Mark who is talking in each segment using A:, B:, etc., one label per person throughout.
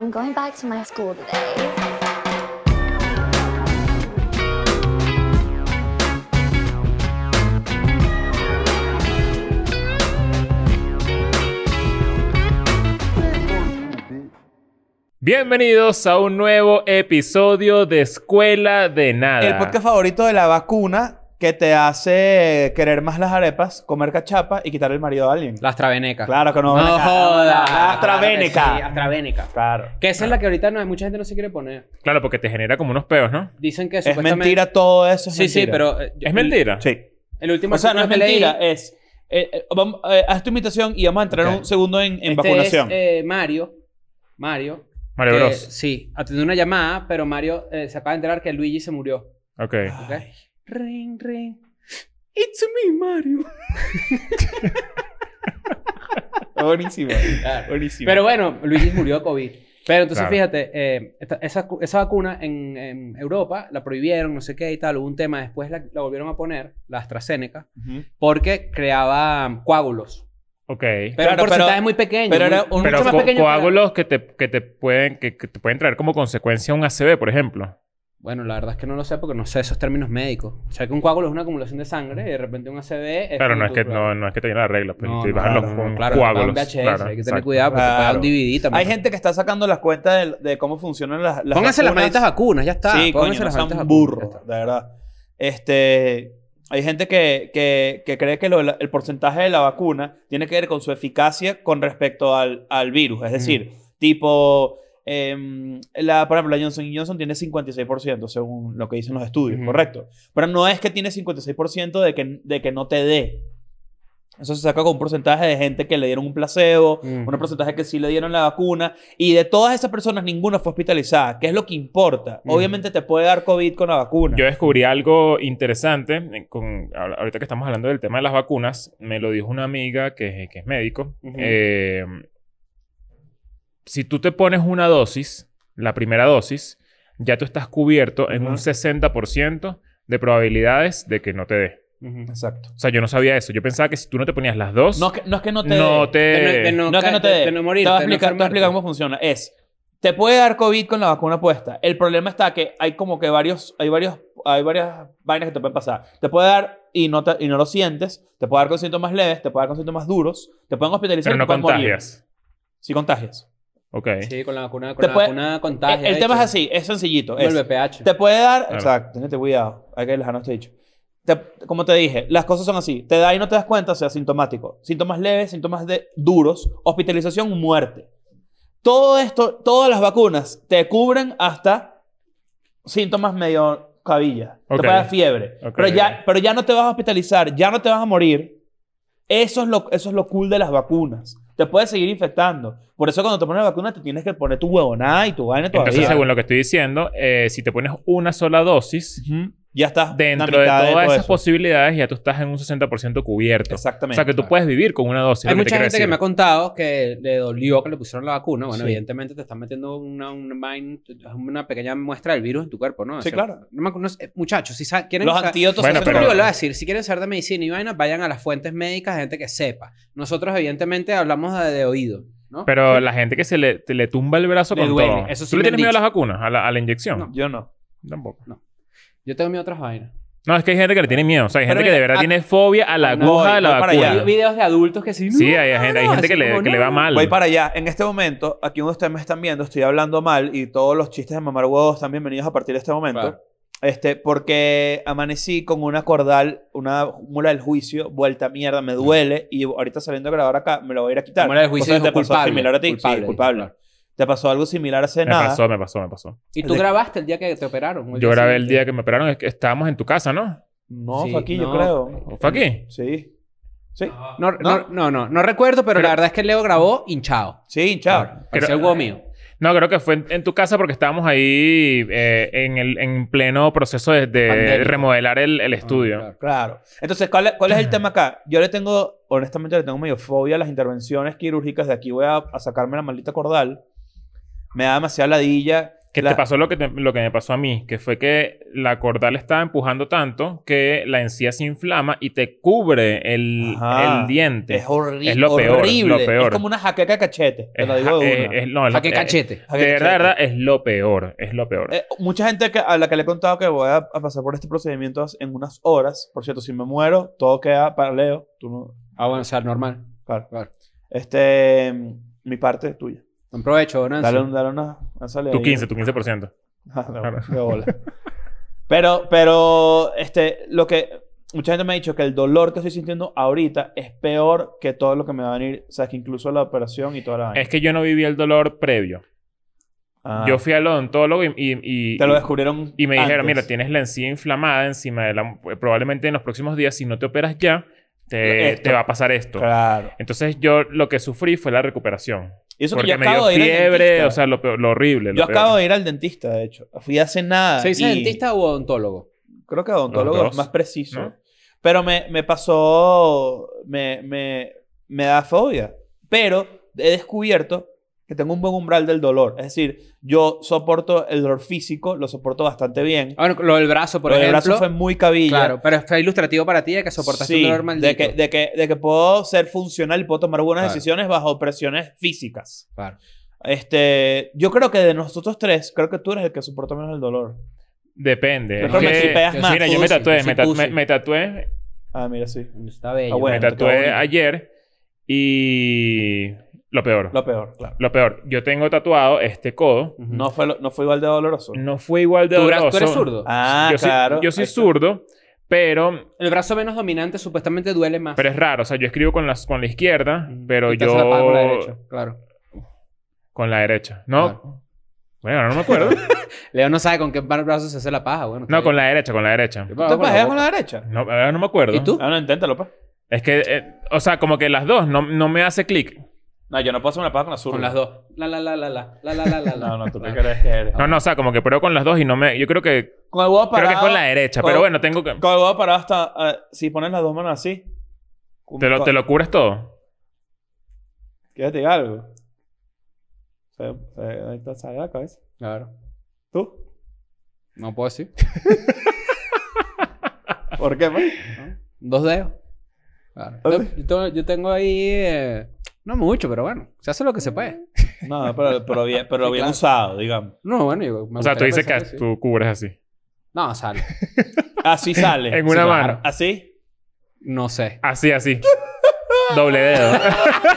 A: I'm going back to my school today.
B: Bienvenidos a un nuevo episodio de Escuela de Nada.
C: El podcast favorito de la vacuna que te hace querer más las arepas, comer cachapa y quitar el marido a alguien.
D: La AstraVeneca.
C: Claro que no.
D: No
C: van a ca-
D: joda.
C: La AstraVeneca.
D: Claro que sí, AstraVeneca.
C: Claro.
D: Que esa es la que ahorita no, mucha gente no se quiere poner.
B: Claro, porque te genera como unos peos, ¿no?
D: Dicen que
C: Es
D: supuestamente...
C: mentira todo eso. Es
D: Sí,
C: mentira.
D: sí, pero... eh,
B: ¿Es
D: el-
B: mentira?
C: Sí.
D: El último
C: O sea, no es
D: artículo que leí-
C: mentira, es. eh, eh, vamos, eh, haz tu invitación y vamos a entrar
D: Ok.
C: un segundo en, en
D: Este
C: vacunación.
D: es, eh, Mario. Mario.
B: Mario
D: que,
B: Bros.
D: Sí. Atendió una llamada, pero Mario eh, se acaba de enterar que Luigi se murió.
B: Ok.
D: ¿Ok? Ring, ring. It's me, Mario.
C: Buenísimo.
D: Claro.
C: Buenísimo.
D: Pero bueno, Luigi murió de COVID. Pero entonces
B: Claro.
D: fíjate, eh, esta- esa, cu- esa vacuna en, en Europa la prohibieron, no sé qué y tal, hubo un tema, después la, la volvieron a poner, la AstraZeneca,
C: Ujú.
D: porque creaba coágulos.
B: Ok.
D: Pero
C: Claro,
D: el porcentaje
C: pero-
D: muy pequeño.
C: pero
D: muy-
C: era un-
D: mucho
B: Pero
D: más
B: co-
D: pequeño que la-
B: coágulos que te, que te pueden que, que te pueden traer como consecuencia un ACV, por ejemplo.
D: Bueno, la verdad es que no lo sé porque no sé esos términos médicos. O sea, que un coágulo es una acumulación de sangre y de repente un ACV es...
B: Claro,
D: como
B: no es
D: tu-
B: que no, no es que te llene la regla, pues,
D: No,
B: te
D: no,
B: bajan
C: claro,
B: los
C: no,
B: con-
D: Claro,
B: coágulos.
D: un VHS,
B: Claro,
D: hay que tener
B: exacto.
D: cuidado porque
C: Claro.
D: puede dar un DVD también.
C: Hay gente que está sacando las cuentas del- de, cómo funcionan las, las
D: Pónganse las
C: vacunas.
D: malditas vacunas, ya está. Pónganse
C: Sí, coño, no
D: las malditas vacunas,
C: sean
D: ya
C: burros,
D: está.
C: de verdad. Este, hay gente que, que, que cree que lo de la- el porcentaje de la vacuna tiene que ver con su eficacia con respecto al, al virus.
D: Mm.
C: Es decir, tipo, em, la, por ejemplo, la Johnson Johnson tiene 56% según lo que dicen los estudios,
D: Ujú.
C: correcto. Pero no es que tiene 56% de que, de que no te dé. Eso se saca con un porcentaje de gente que le dieron un placebo,
D: Ujú.
C: un porcentaje que sí le dieron la vacuna. Y de todas esas personas, ninguna fue hospitalizada, que es lo que importa.
D: Ujú.
C: Obviamente te puede dar COVID con la vacuna.
B: Yo descubrí algo interesante eh, con, ahor- ahorita que estamos hablando del tema de las vacunas. Me lo dijo una amiga que, es- que es médico.
D: Ujú.
B: Eh, si tú te pones una dosis, la primera dosis, ya tú estás cubierto en un
C: Ujú.
B: 60% de probabilidades de que no te dé.
D: Ujú.
C: Exacto.
B: O sea, yo no sabía eso. Yo pensaba que si tú no te ponías las dos,
C: No es que no, es que no te
B: no
C: dé.
B: te...
D: De no- de
C: No es que no te
D: de-
C: dé.
D: de no morir,
C: te voy a
D: de no
C: explicar, te voy a
D: enfermarte.
C: explicar cómo funciona. Es, te puede dar COVID con la vacuna puesta. El problema está que hay como que varios, hay varios, hay varias vainas que te pueden pasar. Te puede dar y no, te- y no lo sientes. Te puede dar con síntomas leves, te puede dar con síntomas duros. Te pueden hospitalizar
B: pero
C: y
B: no
C: te pueden
B: contagias.
C: morir. Sí contagias.
B: Ok.
D: Sí, con la vacuna, con
C: Te
D: la
C: puede-
D: vacuna
C: El,
D: contagia.
C: el tema es
D: ¿viste?
C: así, es sencillito.
D: Como el
C: es-
D: VPH.
C: Te puede dar.
B: Claro.
C: Exacto, tenete cuidado. Hay que dejar nuestro dicho. Te- como te dije, las cosas son así. Te da y no te das cuenta, o sea sintomático. Síntomas leves, síntomas de, duros, hospitalización, muerte. Todo esto, todas las vacunas te cubren hasta síntomas medio cabilla.
B: Ok.
C: Te puede dar fiebre.
B: Ok.
C: Pero, ya, pero ya no te vas a hospitalizar, ya no te vas a morir. Eso es, lo, eso es lo cool de las vacunas. Te puedes seguir infectando. Por eso cuando te pones la vacuna te tienes que poner tu huevonada y tu vaina todavía.
B: Entonces, según lo que estoy diciendo, eh, si te pones una sola dosis,
C: Ujú. Ya estás
B: dentro
C: la
B: de
C: mitad
B: todas
C: todo
B: esas
C: eso.
B: posibilidades ya tú estás en un 60% cubierto. O
C: Exactamente.
B: sea que tú
D: Claro.
B: puedes vivir con una dosis.
D: Hay
B: lo que te
D: mucha gente
B: quiero
D: que
B: decir.
D: me ha contado que le dolió que le pusieron la vacuna. Bueno,
C: Sí.
D: evidentemente te están metiendo una, una, vain- una pequeña muestra del virus en tu cuerpo, ¿no? O
C: Sí,
D: sea,
C: claro.
D: no me acu- no sé, muchachos, si sa- quieren...
C: Los
D: sa-
C: antídotos
B: Bueno,
C: se
D: Esto
C: hacen
B: pero-
D: lo
C: con-
D: voy a decir. Si quieren saber de medicina y vaina, vayan a las fuentes médicas de gente que sepa. Nosotros, evidentemente, hablamos de, de oído, ¿no?
B: Pero la gente que se le, te le tumba el brazo
D: Le
B: con
D: duele,
B: todo.
D: eso sí
B: ¿Tú le
D: me han
B: tienes miedo a
D: dicho.
B: las vacunas? ¿A la, a la inyección?
D: No.
C: Yo no.
B: Tampoco.
D: Yo tengo mis otras vainas.
B: No, es que hay gente que le tiene miedo. O sea, hay
C: Pero
B: gente que de
C: mira,
B: verdad
C: a-
B: tiene fobia a la
C: No,
B: aguja
C: voy-
B: de la
C: voy para allá.
B: vacuna.
D: Vi videos de adultos que sí...
B: Sí,
D: no,
B: hay gente, hay
D: no,
B: gente que,
D: así
B: le,
D: como,
B: que le
D: no,
B: va
D: no.
B: mal.
C: Voy para allá. En este momento, aquí uno de ustedes me están viendo, estoy hablando mal y todos los chistes de mamar huevos están bienvenidos a partir de este momento.
D: Claro.
C: Este, porque amanecí con una cordal, una mula del juicio, vuelta a mierda, me duele y ahorita saliendo a grabar acá me lo voy a ir a quitar.
D: La mula del juicio
C: Cosa que
D: dijo
C: te pasó
D: culpable,
C: similar a ti.
D: culpable,
C: sí, culpable.
D: claro.
C: Te pasó algo similar hace
B: me
C: nada.
B: pasó, me pasó, me pasó.
D: Y tú
C: De-
D: grabaste el día que te operaron.
B: Yo grabé el día que me operaron. Es que estábamos en tu casa, ¿no?
C: No,
D: Sí,
C: fue aquí, yo
D: no.
C: creo.
B: ¿O ¿Fue aquí?
C: Sí. Sí.
D: No, no,
C: ¿No?
D: no, no, no recuerdo, pero,
B: Pero-
D: la verdad es que Leo grabó hinchado.
C: Sí, chao.
D: Parecía
B: Pero-
D: el huevo mío.
B: No, creo que fue en, en tu casa porque estábamos ahí eh, en, el, en pleno proceso de, de
D: Pandémico.
B: remodelar el, el estudio.
D: Ah, claro.
C: Claro. Entonces, ¿cuál es, cuál es el tema acá? Yo le tengo, honestamente, le tengo medio fobia a las intervenciones quirúrgicas. De aquí voy a, a sacarme la maldita cordal. Me da demasiada ladilla.
B: Que
C: La-
B: te pasó lo que, te- lo que me pasó a mí, que fue que la cordal estaba empujando tanto que la encía se inflama y te cubre el,
C: Ajá.
B: el diente.
C: Es horrible.
B: Es lo peor, es lo
C: horrible.
B: peor.
C: Es como una jaqueca de cachete. Te
B: Es
C: lo
B: ja-
C: digo de
B: eh,
C: una.
B: es- no, es lo-
D: ¿A Ah, qué
B: eh,
D: cachete?
C: Jaqueca
B: de
C: de
B: verdad,
C: cachete.
B: verdad, es lo peor. Es lo peor.
C: Eh, mucha gente que- a la que le he contado que voy a, a pasar por este procedimiento en unas horas. Por cierto, si me muero, todo queda para Leo. Tú no.
D: Ah, bueno, o sea, normal.
C: Claro.
D: Claro.
C: Este. mm, Mi parte es tuya.
D: Buen provecho, Bonanza.
C: Dale, un- dale una. lánzale
B: tu
C: ahí.
B: 15, tu 15%.
C: Ah, de-
B: Claro.
C: de bola. Pero, pero, este, lo que mucha gente me ha dicho que el dolor que estoy sintiendo ahorita es peor que todo lo que me va a venir. O sea, que incluso la operación y toda la vaina.
B: Es que yo no viví el dolor previo.
C: Ah.
B: Yo fui al odontólogo y, y- y-
C: Te lo
B: y-
C: descubrieron.
B: y me dijeron,
C: antes.
B: mira, tienes la encía inflamada encima de la... Probablemente en los próximos días, si no te operas ya, te,
C: Esto.
B: te va a pasar esto.
C: Claro.
B: Entonces yo lo que sufrí fue la recuperación.
C: Y eso que
B: Porque
C: yo
B: me
C: acabo
B: dio
C: de ir al
B: fiebre,
C: dentista.
B: o sea, lo, peor- lo horrible.
C: yo acabo de ir al dentista, de hecho. Fui hace nada.
D: ¿Se dice
C: y
D: dentista o odontólogo?
C: Creo que odontólogo
B: Los
C: es
B: dos,
C: más preciso.
B: ¿no?
C: Pero me, me pasó. Me, me, me da fobia. Pero he descubierto que tengo un buen umbral del dolor. Es decir, yo soporto el dolor físico, lo soporto bastante bien.
D: Ah, bueno, lo del brazo, por
C: Lo del
D: ejemplo.
C: brazo fue muy cabilla.
D: Claro, pero fue ilustrativo para ti de que soportaste
C: Sí,
D: un dolor maldito.
C: de que, de, que, de que puedo ser funcional y puedo tomar buenas
D: Claro.
C: decisiones bajo presiones físicas.
D: Claro.
C: Este, yo creo que de nosotros tres, creo que tú eres el que soporta menos el dolor.
B: Depende.
C: Pero
B: es
C: me-
B: que-
C: si pegas más.
B: mira, yo me
D: Pussy,
B: tatué,
D: soy
B: me, tatué-
D: pussy.
B: me- me tatué,
C: Ah, mira, sí.
D: Está bello.
C: Ah, bueno.
B: me
C: te quedó
B: tatué
C: bonito.
B: ayer y lo peor. Lo,
C: Lo peor, claro.
B: peor. Yo tengo tatuado este codo.
D: Ujú.
C: No fue, lo- no fue igual de doloroso.
B: No fue igual de
D: ¿Tú, bra-
B: doloroso.
D: tú eres zurdo.
C: Ah,
B: yo soy-
C: claro.
B: yo soy
C: Ahí está.
B: zurdo, pero,
D: El brazo menos dominante supuestamente duele más.
B: pero es raro. O sea, yo escribo con, las, con la izquierda,
C: Mm,
D: Ujú.
B: pero
D: Y te hace la paja con la derecha,
B: yo...
D: claro.
B: Con la derecha. ¿No?
C: Ah.
D: Claro.
B: Bueno, no me acuerdo.
D: Leo no sabe con qué par- brazo se hace la paja, bueno.
B: no, con la derecha, con la derecha.
C: ¿Tú te pajeas con la derecha?
B: No, ahora no me acuerdo.
D: ¿Y tú?
C: Ah, no, inténtalo, pues.
B: Es que, eh, o sea, como que las dos, no, no me hace clic.
C: No, yo no puedo hacer una paja con la zurda.
D: Con las dos. La, la, la, la, la, la, la, la, la. Ah,
C: No, no, tú te
D: Claro.
C: crees que eres.
B: No, no, o sea, como que pruebo con las dos y no me. Yo creo que.
C: Con el huevo
B: creo
C: parado.
B: que es con la E. derecha,
C: con-
B: pero bueno, tengo que.
C: con el huevo parado hasta. ah, si pones las dos manos así.
B: Te lo, te lo cubres todo.
C: Quiero te diga algo. Se, se- ahí te sale la cabeza.
D: Claro.
C: ¿Tú?
D: No puedo decir.
C: ¿Por qué, pues?
D: Dos dedos. Claro.
C: Ah,
D: Yo,
C: sí.
D: yo tengo, yo tengo ahí... eh, no mucho, pero bueno. Se hace lo que se puede.
C: No, pero, pero bien, pero
D: Sí,
C: bien
D: claro.
C: usado, digamos.
D: No, bueno, yo... me
B: O sea,
D: gustaría
B: tú dices que
D: pensar sí.
B: tú cubres así.
D: No, sale.
C: Así sale.
B: En una
D: claro.
B: mano.
C: Así.
D: No sé.
B: Así, así. Doble dedo.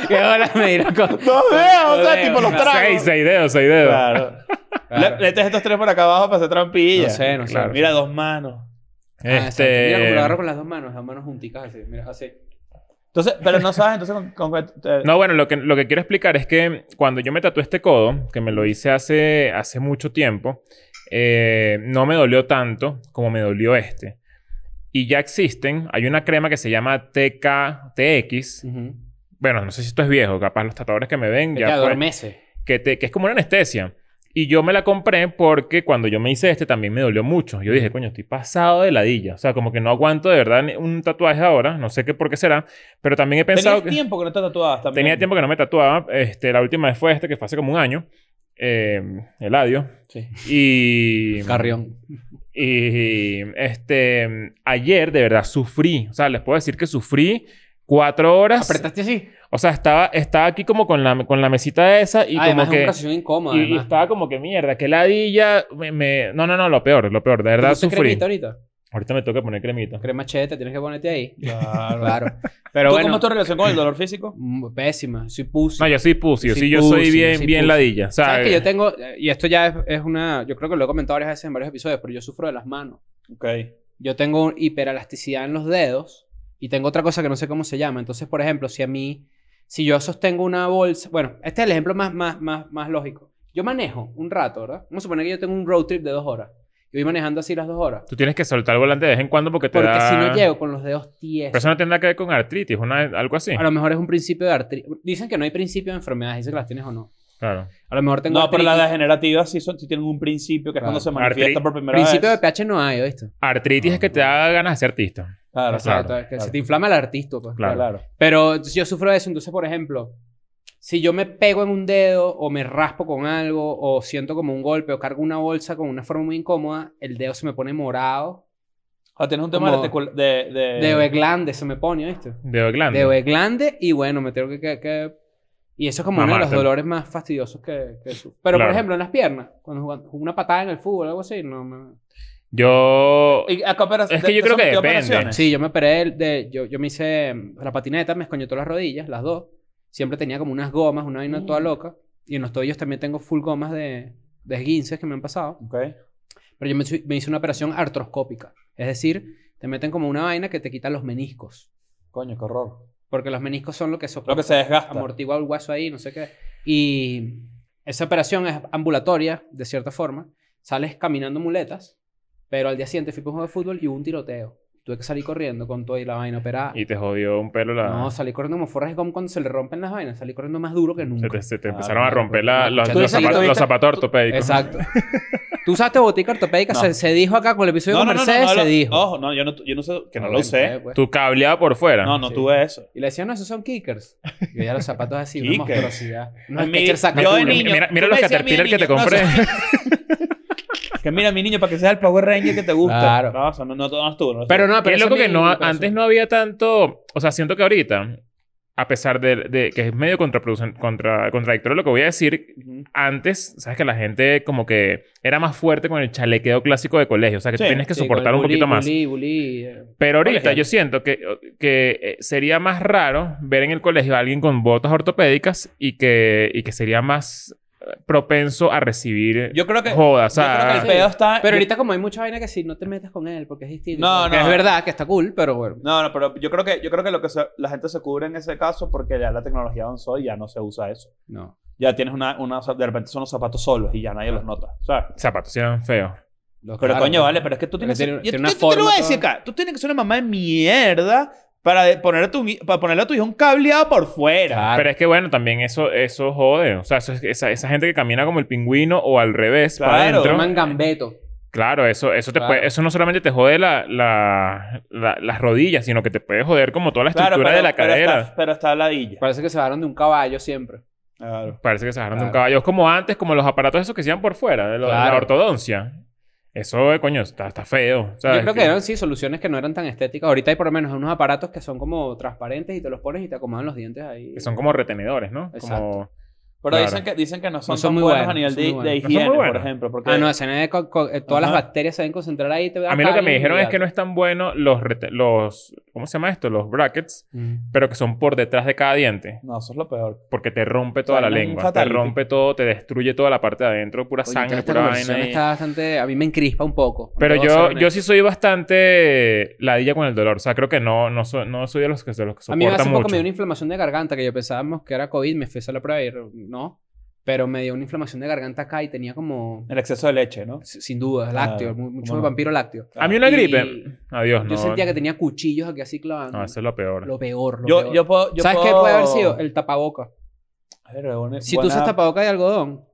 D: ¿Qué hora me dirá con...
C: Dos dedos, o
D: Dos
C: sea,
D: dedos,
C: tipo los
D: claro.
C: tragos.
B: seis, seis dedos, seis dedos.
C: Claro.
D: Claro.
C: Le, le echas estos tres por acá abajo para hacer trampilla.
D: No sé, no sé.
B: Claro.
C: Mira, dos manos.
D: Ah, exacto. Mira, como lo agarro
B: Este.
D: con las dos manos, las manos junticas así. Mira, así.
C: Entonces, pero no sabes, entonces con, con eh, qué te-
B: No, bueno, lo que, lo que quiero explicar es que cuando yo me tatué este codo, que me lo hice hace, hace mucho tiempo, eh, no me dolió tanto como me dolió este. Y ya existen, hay una crema que se llama TK, TX,
D: Ujú.
B: bueno, no sé si esto es viejo, capaz los tatuadores que me ven
D: Te
B: ya pues,
D: adormece.
B: que, te- que es como una anestesia. Y yo me la compré porque cuando yo me hice este también me dolió mucho. Yo dije, coño, estoy pasado de ladilla. O sea, como que no aguanto de verdad ni- un tatuaje ahora. No sé qué por qué será. Pero también he pensado
C: Tenías
B: que...
C: tiempo que no te tatuabas también.
B: Tenía tiempo que no me tatuaba. Este, la última vez fue este, que fue hace como un año. Eh, Eladio.
D: Sí.
B: Y...
D: Carrión.
B: Y este, ayer de verdad sufrí, o sea, les puedo decir que sufrí cuatro horas.
D: ¿Apretaste así?
B: O sea, estaba, estaba aquí como con la, con la mesita esa y
D: además,
B: como que...
D: es una posición incómoda.
B: Y, y
D: además.
B: estaba como que mierda, que ladilla. Me, me- No, no, no, lo peor, lo peor. De verdad
D: ¿Tú te
B: sufrí.
D: cremita ahorita?
B: Ahorita me toca poner cremita.
D: Crema cheta, tienes que ponerte ahí.
C: Claro.
D: Claro. Pero
C: ¿Tú
D: bueno,
C: cómo es tu relación con el dolor físico?
D: mm, pésima. Soy pussy.
B: No, yo soy pussy, yo
D: Sí,
B: sí, yo soy
D: pussy,
B: bien,
D: sí,
B: bien
D: pussy.
B: ladilla. O sea,
D: ¿Sabes que yo tengo, y esto ya es, es una, yo creo que lo he comentado varias veces en varios episodios, pero yo sufro de las manos.
C: Ok.
D: Yo tengo hiperelasticidad en los dedos y tengo otra cosa que no sé cómo se llama. Entonces, por ejemplo, si a mí, si yo sostengo una bolsa, bueno, este es el ejemplo más, más, más, más lógico. Yo manejo un rato, ¿verdad? Vamos a suponer que yo tengo un road trip de dos horas. Yo voy manejando así las dos horas.
B: tú tienes que soltar el volante de vez en cuando porque te
D: Porque
B: da-
D: si no llego con los dedos
B: Pero
D: tiesos.
B: eso no tendrá que ver con artritis, una, algo así.
D: A lo mejor es un principio de artritis. Dicen que no hay principio de enfermedades, dicen que las tienes o no.
B: Claro.
D: A lo mejor tengo
C: No, pero
D: artritis.
C: las degenerativas sí, son, sí tienen un principio que
D: Claro.
C: es cuando se manifiesta
B: Artri-
C: por primera
D: Principio de
C: vez.
D: pH no hay, ¿oíste?
B: Artritis
C: No,
B: es que te da ganas de ser artista.
C: Claro,
B: Claro,
D: Exacto, es que
C: claro.
D: se te inflama el artista, pues.
B: Claro.
C: claro.
D: Pero entonces, yo sufro de eso. Entonces, por ejemplo, Si yo me pego en un dedo o me raspo con algo o siento como un golpe o cargo una bolsa con una forma muy incómoda, el dedo se me pone morado.
C: O tienes un tema
D: Como-
C: de, articul- de, de-
D: Dedo de glande se me pone, ¿viste?
B: Dedo de glande.
D: Dedo de glande y bueno, me tengo que... que- que- Y eso es como uno de los
B: Mamártelo.
D: dolores más fastidiosos que... que su- Pero
B: Claro.
D: por ejemplo, en las piernas, cuando jugan una patada en el fútbol o algo así, no me...
B: Yo...
C: Y acá opera-
B: Es que
C: de-
B: yo
C: te
B: creo que
C: sometió a
B: depende.
C: operaciones.
D: Sí, yo me operé el de, yo, yo me hice mm, la patineta, me escoñetó las rodillas, las dos. Siempre tenía como unas gomas, una vaina toda loca. Y en los tobillos también tengo full gomas de, de esguinces que me han pasado.
C: Ok.
D: Pero yo me, hice- me hice una operación artroscópica. Es decir, te meten como una vaina que te quita los meniscos.
C: Coño, qué horror.
D: Porque los meniscos son lo que
C: Lo que
D: soporta,
C: se desgasta.
D: amortigua el hueso ahí, no sé qué. Y esa operación es ambulatoria, de cierta forma. Sales caminando muletas, pero al día siguiente fui para un juego de fútbol y hubo un tiroteo. Tuve que salir corriendo con toda y la vaina operada.
B: Y te jodió un pelo la...
D: No, salí corriendo como Forrest Gump cuando se le rompen las vainas. Salí corriendo más duro que
B: se
D: nunca.
B: te, se te
C: Ah,
B: empezaron a
C: claro.
B: romper la- los,
D: Tú
B: los
D: dices que
B: zapatos,
D: tuviste-
B: los zapatos ortopédicos.
D: Exacto. Tú usaste botica ortopédica.
C: No.
D: Se, se dijo acá con el episodio de
C: No, no, no,
D: Mercedes,
C: no, no,
D: se
C: lo-
D: dijo.
C: Ojo, no, yo no, yo no sé, que no,
D: Ah,
C: lo
D: bueno,
C: sé.
D: pues, pues.
B: Tu cableado por fuera.
C: No, no
D: Sí.
C: tuve eso.
D: Y le decían, no, esos son kickers. Y ya los zapatos así, una
C: Kickers.
D: monstruosidad.
C: A
D: No,
C: mí-
D: kickers saca
C: yo de
D: culo.
C: niño-
B: Mira, mira
C: tú
B: los
C: le decías a mi
B: Caterpillar que te
C: niño, no,
B: compré.
C: Que mira, mi niño, para que seas el Power Ranger que te gusta.
D: Claro.
C: No, eso no, no, no estuvo. No estuvo.
D: Pero no, pero
B: Qué
D: esa
B: loco
D: es
B: que
D: mi
B: no,
D: operación.
B: antes no había tanto... O sea, siento que ahorita, a pesar de, de que es medio contraproducente, contra, contradictorio lo que voy a decir,
C: Ujú.
B: antes, sabes que la gente como que era más fuerte con el chalequeo clásico de colegio. O sea, que
C: Sí,
B: tú tienes que
D: Sí,
B: soportar
D: con
B: un
D: bully,
B: poquito más.
D: bully, bully, eh.
B: Pero
C: Por
B: ahorita
C: ejemplo.
B: yo siento que, que eh, sería más raro ver en el colegio a alguien con botas ortopédicas y que, y que sería más eh, propenso a recibir
C: Yo creo que.
B: jodas.
C: yo creo que el
D: sí.
C: pedo está.
D: Ah. Pero ahorita como hay mucha vaina que si no te metes con él porque es distinto.
C: No,
D: Que
C: no.
D: Es verdad que está cool, pero bueno.
C: No, no, pero yo creo que, yo creo que, lo que se- la gente se cubre en ese caso porque ya la tecnología avanzó y ya no se usa eso.
D: No.
C: Ya tienes una, una. De repente son los zapatos solos y ya nadie los nota. ¿Sabes?
B: Zapatos eran feos.
D: Lo-
C: Pero
D: claro, pues.
C: coño, vale, pero es que tú tienes
D: tiene-
C: yo-
D: tiene
C: yo-
D: una
C: yo te lo voy
D: forma
C: a decir
D: toda.
C: acá. Tú tienes que ser una mamá de mierda para, de- poner a tu, ni- para ponerle a tu hijo un cableado por fuera.
D: Claro.
B: Pero es que bueno, también eso, eso jode. O sea, eso es- esa, esa gente que camina como el pingüino o al revés para
C: Claro.
B: adentro.
D: Llaman gambeto.
B: Claro, eso, eso, te
D: Claro.
B: puede- eso no solamente te jode la- la- la- las rodillas, sino que te puede joder como toda la estructura
C: Claro, pero,
B: de la
C: pero
B: cadera.
C: está, pero está ladilla.
D: Parece que se bajaron de un caballo siempre.
C: Claro.
B: Parece que se bajaron de un
D: Claro.
B: caballo. Es como antes, como los aparatos esos que se iban por fuera, de lo- de la
D: Claro.
B: ortodoncia. Eso, eh, coño, está, está feo. ¿sabes?
D: Yo creo que eran sí soluciones que no eran tan estéticas. Ahorita hay por lo menos unos aparatos que son como transparentes y te los pones y te acomodan los dientes ahí.
B: que son como retenedores, ¿no?
D: Exacto.
B: Como-
C: Pero
B: Claro.
C: dicen, que, dicen que no son,
D: No son
C: tan
D: muy
C: buenos, a
D: buenos,
C: nivel
D: no son
C: de,
D: muy
C: de
D: buenos.
B: No son muy
C: higiene, por
B: buenos.
C: ejemplo. Porque
D: Ah, no, escena de co- co- eh, todas
C: Ajá.
D: las bacterias se deben concentrar ahí. y Te
B: A mí lo que me dijeron es que no es tan bueno los, rete- los... ¿Cómo se llama esto? Los brackets. Pero que son por detrás de cada diente.
C: No, eso es lo peor.
B: Porque te rompe toda
C: O sea,
B: la
C: no es un
B: lengua. Te
C: fatality.
B: rompe todo. Te destruye toda la parte de adentro. Pura sangre, pura vaina. y-
D: Está bastante, a mí me encrispa un poco.
B: Pero
D: No te voy a
B: yo,
D: ser
B: yo
D: honesto.
B: sí soy bastante ladilla con el dolor. O sea, creo que no, no, so- no soy de los que, de los que
D: A mí hace
B: soportan
D: poco
B: mucho.
D: me dio una inflamación de garganta que yo pensábamos que era COVID. Me fui a hacer la prueba y re- no. Pero me dio una inflamación de garganta acá y tenía como,
C: El exceso de leche, ¿no? Ah.
D: s- sin duda,
C: Claro,
D: lácteo, mu-
C: ¿cómo
D: mucho
C: no?
D: vampiro lácteo.
B: A mí una
D: Y
B: gripe. Adiós,
D: Yo
B: no.
D: sentía que tenía cuchillos aquí así clavando.
B: No, eso es lo peor.
D: Lo peor, lo
C: Yo,
D: peor.
C: yo puedo. Yo
D: ¿Sabes qué
C: puedo-
D: puede haber sido? El tapaboca.
C: A ver, buena-
D: Si
C: buena-
D: tú usas tapaboca de algodón.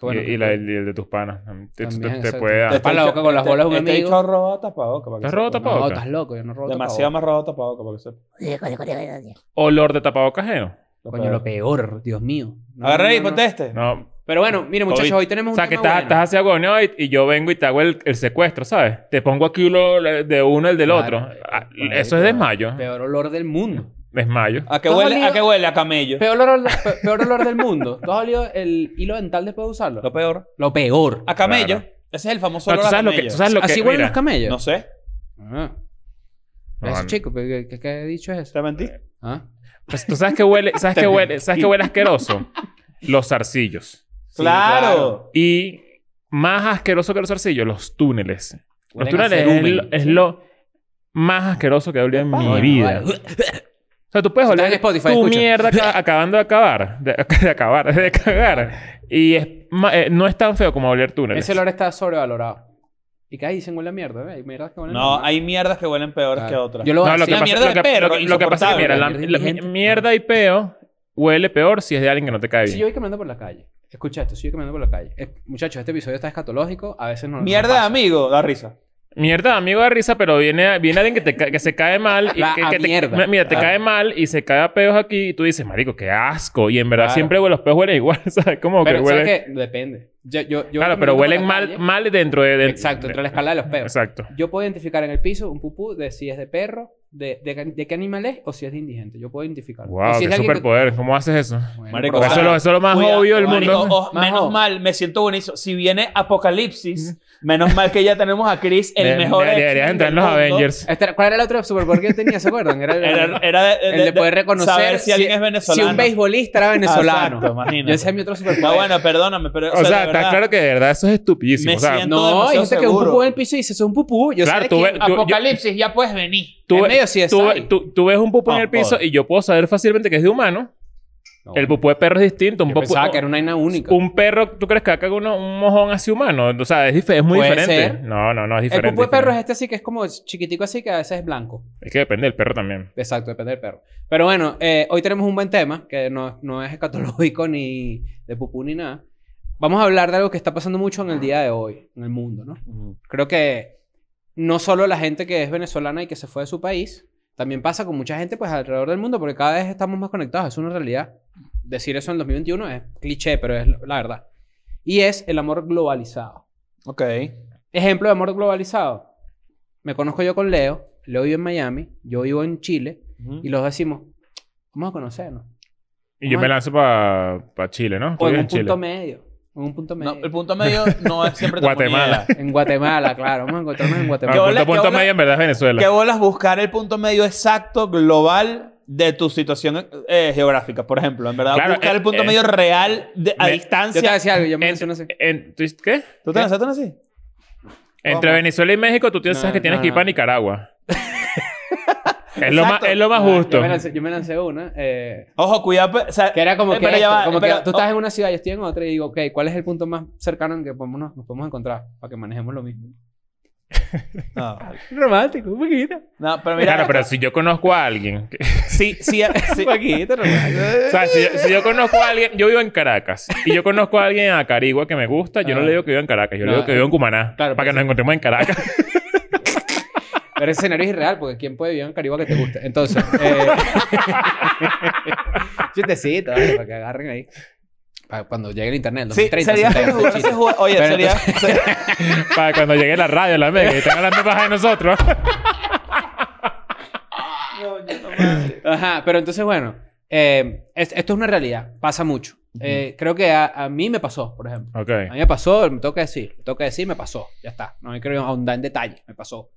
D: que bueno,
B: y,
D: que
B: y la,
D: tú-
B: y el de tus panas. Te, te-
D: También,
B: te
D: exacto.
B: puede dar.
D: Te- tapa la boca con las
C: este-
D: bolas de un
C: este
D: amigo.
C: bicho ha robado tapaboca. para que
B: ¿Te has
C: sepa.
B: robado tapaboca?
D: No, estás loco, yo no robo
C: Demasiado
D: tapaboca.
C: más robado tapaboca para que sepa.
B: Olor de tapabocas ajeno.
C: Lo
D: Coño,
C: peor.
D: lo peor, Dios mío. No,
C: Agarra
D: no,
C: y
D: no, no.
C: ponte este.
B: No.
D: Pero bueno, mire, muchachos,
B: Oye,
D: hoy tenemos
B: O
D: un
B: sea, que
D: tema
B: estás, estás
D: bueno.
B: hacia agonio y, y yo vengo y te hago el, el secuestro, ¿sabes? Te pongo aquí lo lo- de uno, el del
D: Claro. eh,
B: otro. Ah,
C: Marico,
B: Eso es desmayo.
D: Peor olor del mundo.
B: Desmayo.
C: ¿A qué
D: ¿Tú has
C: huele? ¿A
D: olido-
C: qué huele? A camello.
D: Peor olor, pe- peor olor del mundo. ¿Tú has olido el hilo dental después de usarlo?
C: Lo Ah, peor.
D: Lo peor.
C: A camello.
B: Claro.
C: Ese es el famoso
B: No, tú
C: olor a
B: sabes lo que.
C: camello.
B: Tú sabes lo que.
D: Así huelen
B: mira.
D: los camellos.
C: No sé.
D: Ah.
B: No,
D: Eso,
B: no.
D: chico, ¿qué, qué, qué he dicho es eso?
C: ¿Te mentí?
D: Ah.
B: Pues, tú sabes que huele. ¿Sabes que huele? ¿Sabes que huele asqueroso? Los zarcillos.
D: Sí,
C: Claro.
B: Y más asqueroso que los zarcillos, los túneles. Los
D: Huelen a
B: túneles es,
D: cerumen.
B: lo- es lo más asqueroso que he olido en
D: Ah,
B: mi
D: bueno,
B: vida.
D: vale.
B: O sea, tú puedes
D: Si estás
B: oler
D: en Spotify,
B: tu
D: escucha.
B: mierda ca- acabando de acabar. De, de acabar, de cagar. Y es ma- eh, no es tan feo como oler túneles.
D: Ese olor está sobrevalorado. ¿Y qué dicen? Huele a mierda, ¿eh? Hay mierdas que huelen a
C: No,
D: mierda.
C: hay mierdas que huelen peores
D: Claro.
C: que otras.
D: Yo lo voy
B: No,
D: a
B: lo que
D: decir.
B: pasa,
C: la mierda
B: lo
C: de
B: que-
C: perro,
B: lo que- lo que pasa es que, mira, la,
D: insoportable.
B: la- mi- mierda y peo huele peor si es de alguien que no te cae
D: Si
B: bien.
D: yo voy caminando por la calle, escucha esto, si yo voy caminando por la calle. Eh, muchachos, este episodio está escatológico, a veces no.
C: Mierda
D: no
C: de
D: pasa.
C: amigo, da risa.
B: Mierda, amigo de risa, pero viene, viene alguien que, te ca- que se cae mal. Y
D: La-
B: que,
D: a
B: que te-
D: mierda.
B: Mira, te
C: Ah.
B: cae mal y se cae a peos aquí y tú dices, marico, qué asco. Y en verdad
C: Claro.
B: siempre huele- los peos huelen igual, ¿sabes? Como
D: pero
B: que
D: ¿sabes
B: huelen...
D: qué? Depende. Yo, yo, yo cuando
B: claro, pero
D: me meto por
B: huelen
D: la
B: mal,
D: calle-
B: mal dentro de... de-
D: Exacto, entre la escala de los peos.
B: Exacto.
D: Yo puedo identificar en el piso un pupú de si es de perro, de, de, de qué animal es o si es de indigente. Yo puedo identificarlo. O
B: Wow,
D: si es
B: qué
D: de alguien que-
B: superpoder. ¿Cómo haces eso?
D: Bueno,
C: Marico,
D: pero-
B: Porque
C: o
B: eso,
C: sea,
B: es lo, eso es lo más
C: Cuidado,
B: obvio del
C: marico,
B: mundo.
C: oh,
D: Más
C: menos
D: obvio.
C: mal, me siento buenísimo. Si viene Apocalipsis, menos mal que ya tenemos a Chris, el
B: De-
C: mejor.
B: de- Deberías
C: X-Men
B: entrar en
C: del
B: los
C: mundo.
B: Avengers.
D: Este era- ¿Cuál era el otro superpoder que yo tenía? ¿Se acuerdan? Era el,
C: Era, era de,
D: el de poder reconocer
C: saber si alguien es venezolano.
D: si un beisbolista era venezolano.
C: Exacto, imagínate.
D: Yo ese es mi otro
C: No,
D: superpoder.
C: bueno, perdóname,
B: O
C: pero.
B: sea,
C: de
B: está
C: verdad,
B: claro que de verdad eso es estupidísimo.
C: Me
B: O sea,
C: siento-
D: No,
C: demasiado
D: dijiste que un
C: seguro.
D: pupú en el piso y dices, es un pupú. Yo
B: Claro,
D: sé
B: tú
D: que
B: ves- yo- yo-
C: Apocalipsis, ya puedes venir.
B: tú,
D: en
B: ve-
D: medio sí es
B: tú, ve-
D: ahí.
B: tú- tú ves un pupo en
C: No,
B: el piso
C: joder.
B: y yo puedo saber fácilmente que es de humano.
D: No.
B: El pupú de perro es distinto. Un
D: Yo
B: pupú-
D: pensaba que era una vaina única.
B: Un perro, ¿tú crees que acá uno, un mojón así humano? O sea, es, dif- es muy
D: Puede
B: diferente.
D: ser.
B: No, no, no, es
D: El
B: diferente.
D: pupú de perro es este
B: diferente.
D: así que es como chiquitico así que a veces es blanco.
B: Es que depende del perro también.
D: Exacto, depende del perro. Pero bueno, eh, hoy tenemos un buen tema que no, no es escatológico ni de pupú ni nada. Vamos a hablar de algo que está pasando mucho en el día de hoy, en el mundo, ¿no? Creo que no solo la gente que es venezolana y que se fue de su país, también pasa con mucha gente pues alrededor del mundo porque cada vez estamos más conectados, es una realidad. Decir eso en el 2021 es cliché, pero es la verdad. Y es el amor globalizado.
C: Ok.
D: Ejemplo de amor globalizado. Me conozco yo con Leo, Leo vive en Miami, yo vivo en Chile y los dos decimos, vamos a conocernos.
B: Y yo me
D: Bueno.
B: lanzo para Chile, ¿no? Tú
D: O en Pues
B: vives
D: un
B: Chile.
D: punto medio, en un punto medio.
C: No, el punto medio no es siempre tan
B: Guatemala.
C: buena idea.
D: En Guatemala, claro, vamos a encontrarnos en
B: No,
D: Guatemala.
C: ¿Qué
B: Ah, punto-
C: bola- qué
B: punto
C: bola-
B: medio en verdad es Venezuela.
C: ¿Qué bolas buscar el punto medio exacto, global, de tu situación eh, geográfica? Por ejemplo, en verdad,
B: Claro,
C: buscar
B: eh,
C: el punto
B: eh,
C: medio real de- a
B: me-
D: Yo te
C: distancia.
D: decía algo, yo me
B: En-
D: mencioné así.
B: en- ¿tú- ¿Qué?
C: ¿Tú te lanzaste así?
B: Entre
C: ¿Cómo?
B: Venezuela y México, tú piensas
D: No,
B: que tienes
D: no,
B: que ir para
D: no.
B: Nicaragua. es, lo más,
C: Exacto.
B: es lo más
D: Ah,
B: justo.
D: Yo me lancé, yo me lancé una. eh,
C: Ojo, cuidado. pe- O sea,
D: que era como
C: eh,
D: que,
C: pero ya
D: esto,
C: va,
D: como que
C: pero-
D: tú estás en una ciudad, yo estoy en otra y digo, ok, ¿cuál es el punto más cercano en que podemos, nos, nos podemos encontrar para que manejemos lo mismo?
C: No,
D: Romántico, un poquito.
C: no, pero mira.
B: Claro, pero si yo conozco a alguien. que-
C: Sí, sí, sí.
D: Un poquito, romántico.
B: o sea, si yo, si yo conozco a alguien. Yo vivo en Caracas. Y yo conozco a alguien a Carigua que me gusta. Yo no
D: Ah.
B: le digo que vivo en Caracas. Yo
D: No,
B: le digo que vivo en Cumaná.
D: claro,
B: para
D: pues
B: que nos
D: sí.
B: encontremos en Caracas.
D: Pero ese escenario es irreal porque ¿quién puede vivir en Caribe que te guste? Entonces, eh, chistecito, vale, para que agarren ahí. Pa- cuando llegue el internet, el
C: Sí,
D: 2030,
C: sería.
D: 70,
C: ese
D: chiste.
C: juego- Oye,
D: Pero
C: sería. se-
B: para cuando llegue la radio, la mega. Y estén hablando paja de nosotros.
D: Ajá, pero entonces, bueno, eh, es- esto es una realidad, pasa mucho. Eh, creo que a, a mí me pasó, por ejemplo.
B: ok.
D: A mí me pasó, me toca decir, me toca decir, me pasó, ya está. No me quiero ahondar en detalle, me pasó.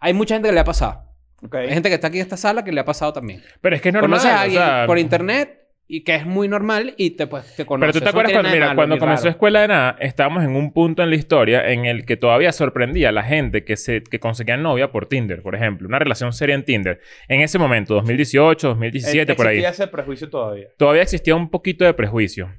D: Hay mucha gente que le ha pasado.
C: Ok. Este
D: Hay gente que está aquí en esta sala que le ha pasado también.
B: Pero es que es normal.
D: Conoces a alguien
B: o sea,
D: por internet y que es muy normal y te, pues, te conoces.
B: Pero tú
D: Eso
B: te
D: no
B: acuerdas
D: tiene
B: cuando,
D: nada de
B: mira,
D: malo,
B: cuando
D: ni
B: comenzó
D: raro.
B: Escuela de Nada, estábamos en un punto en la historia en el que todavía sorprendía a la gente que, se, que conseguía novia por Tinder, por ejemplo. Una relación seria en Tinder. En ese momento, 2018, 2017, por ahí.
C: Existía ese prejuicio todavía.
B: Todavía existía un poquito de prejuicio.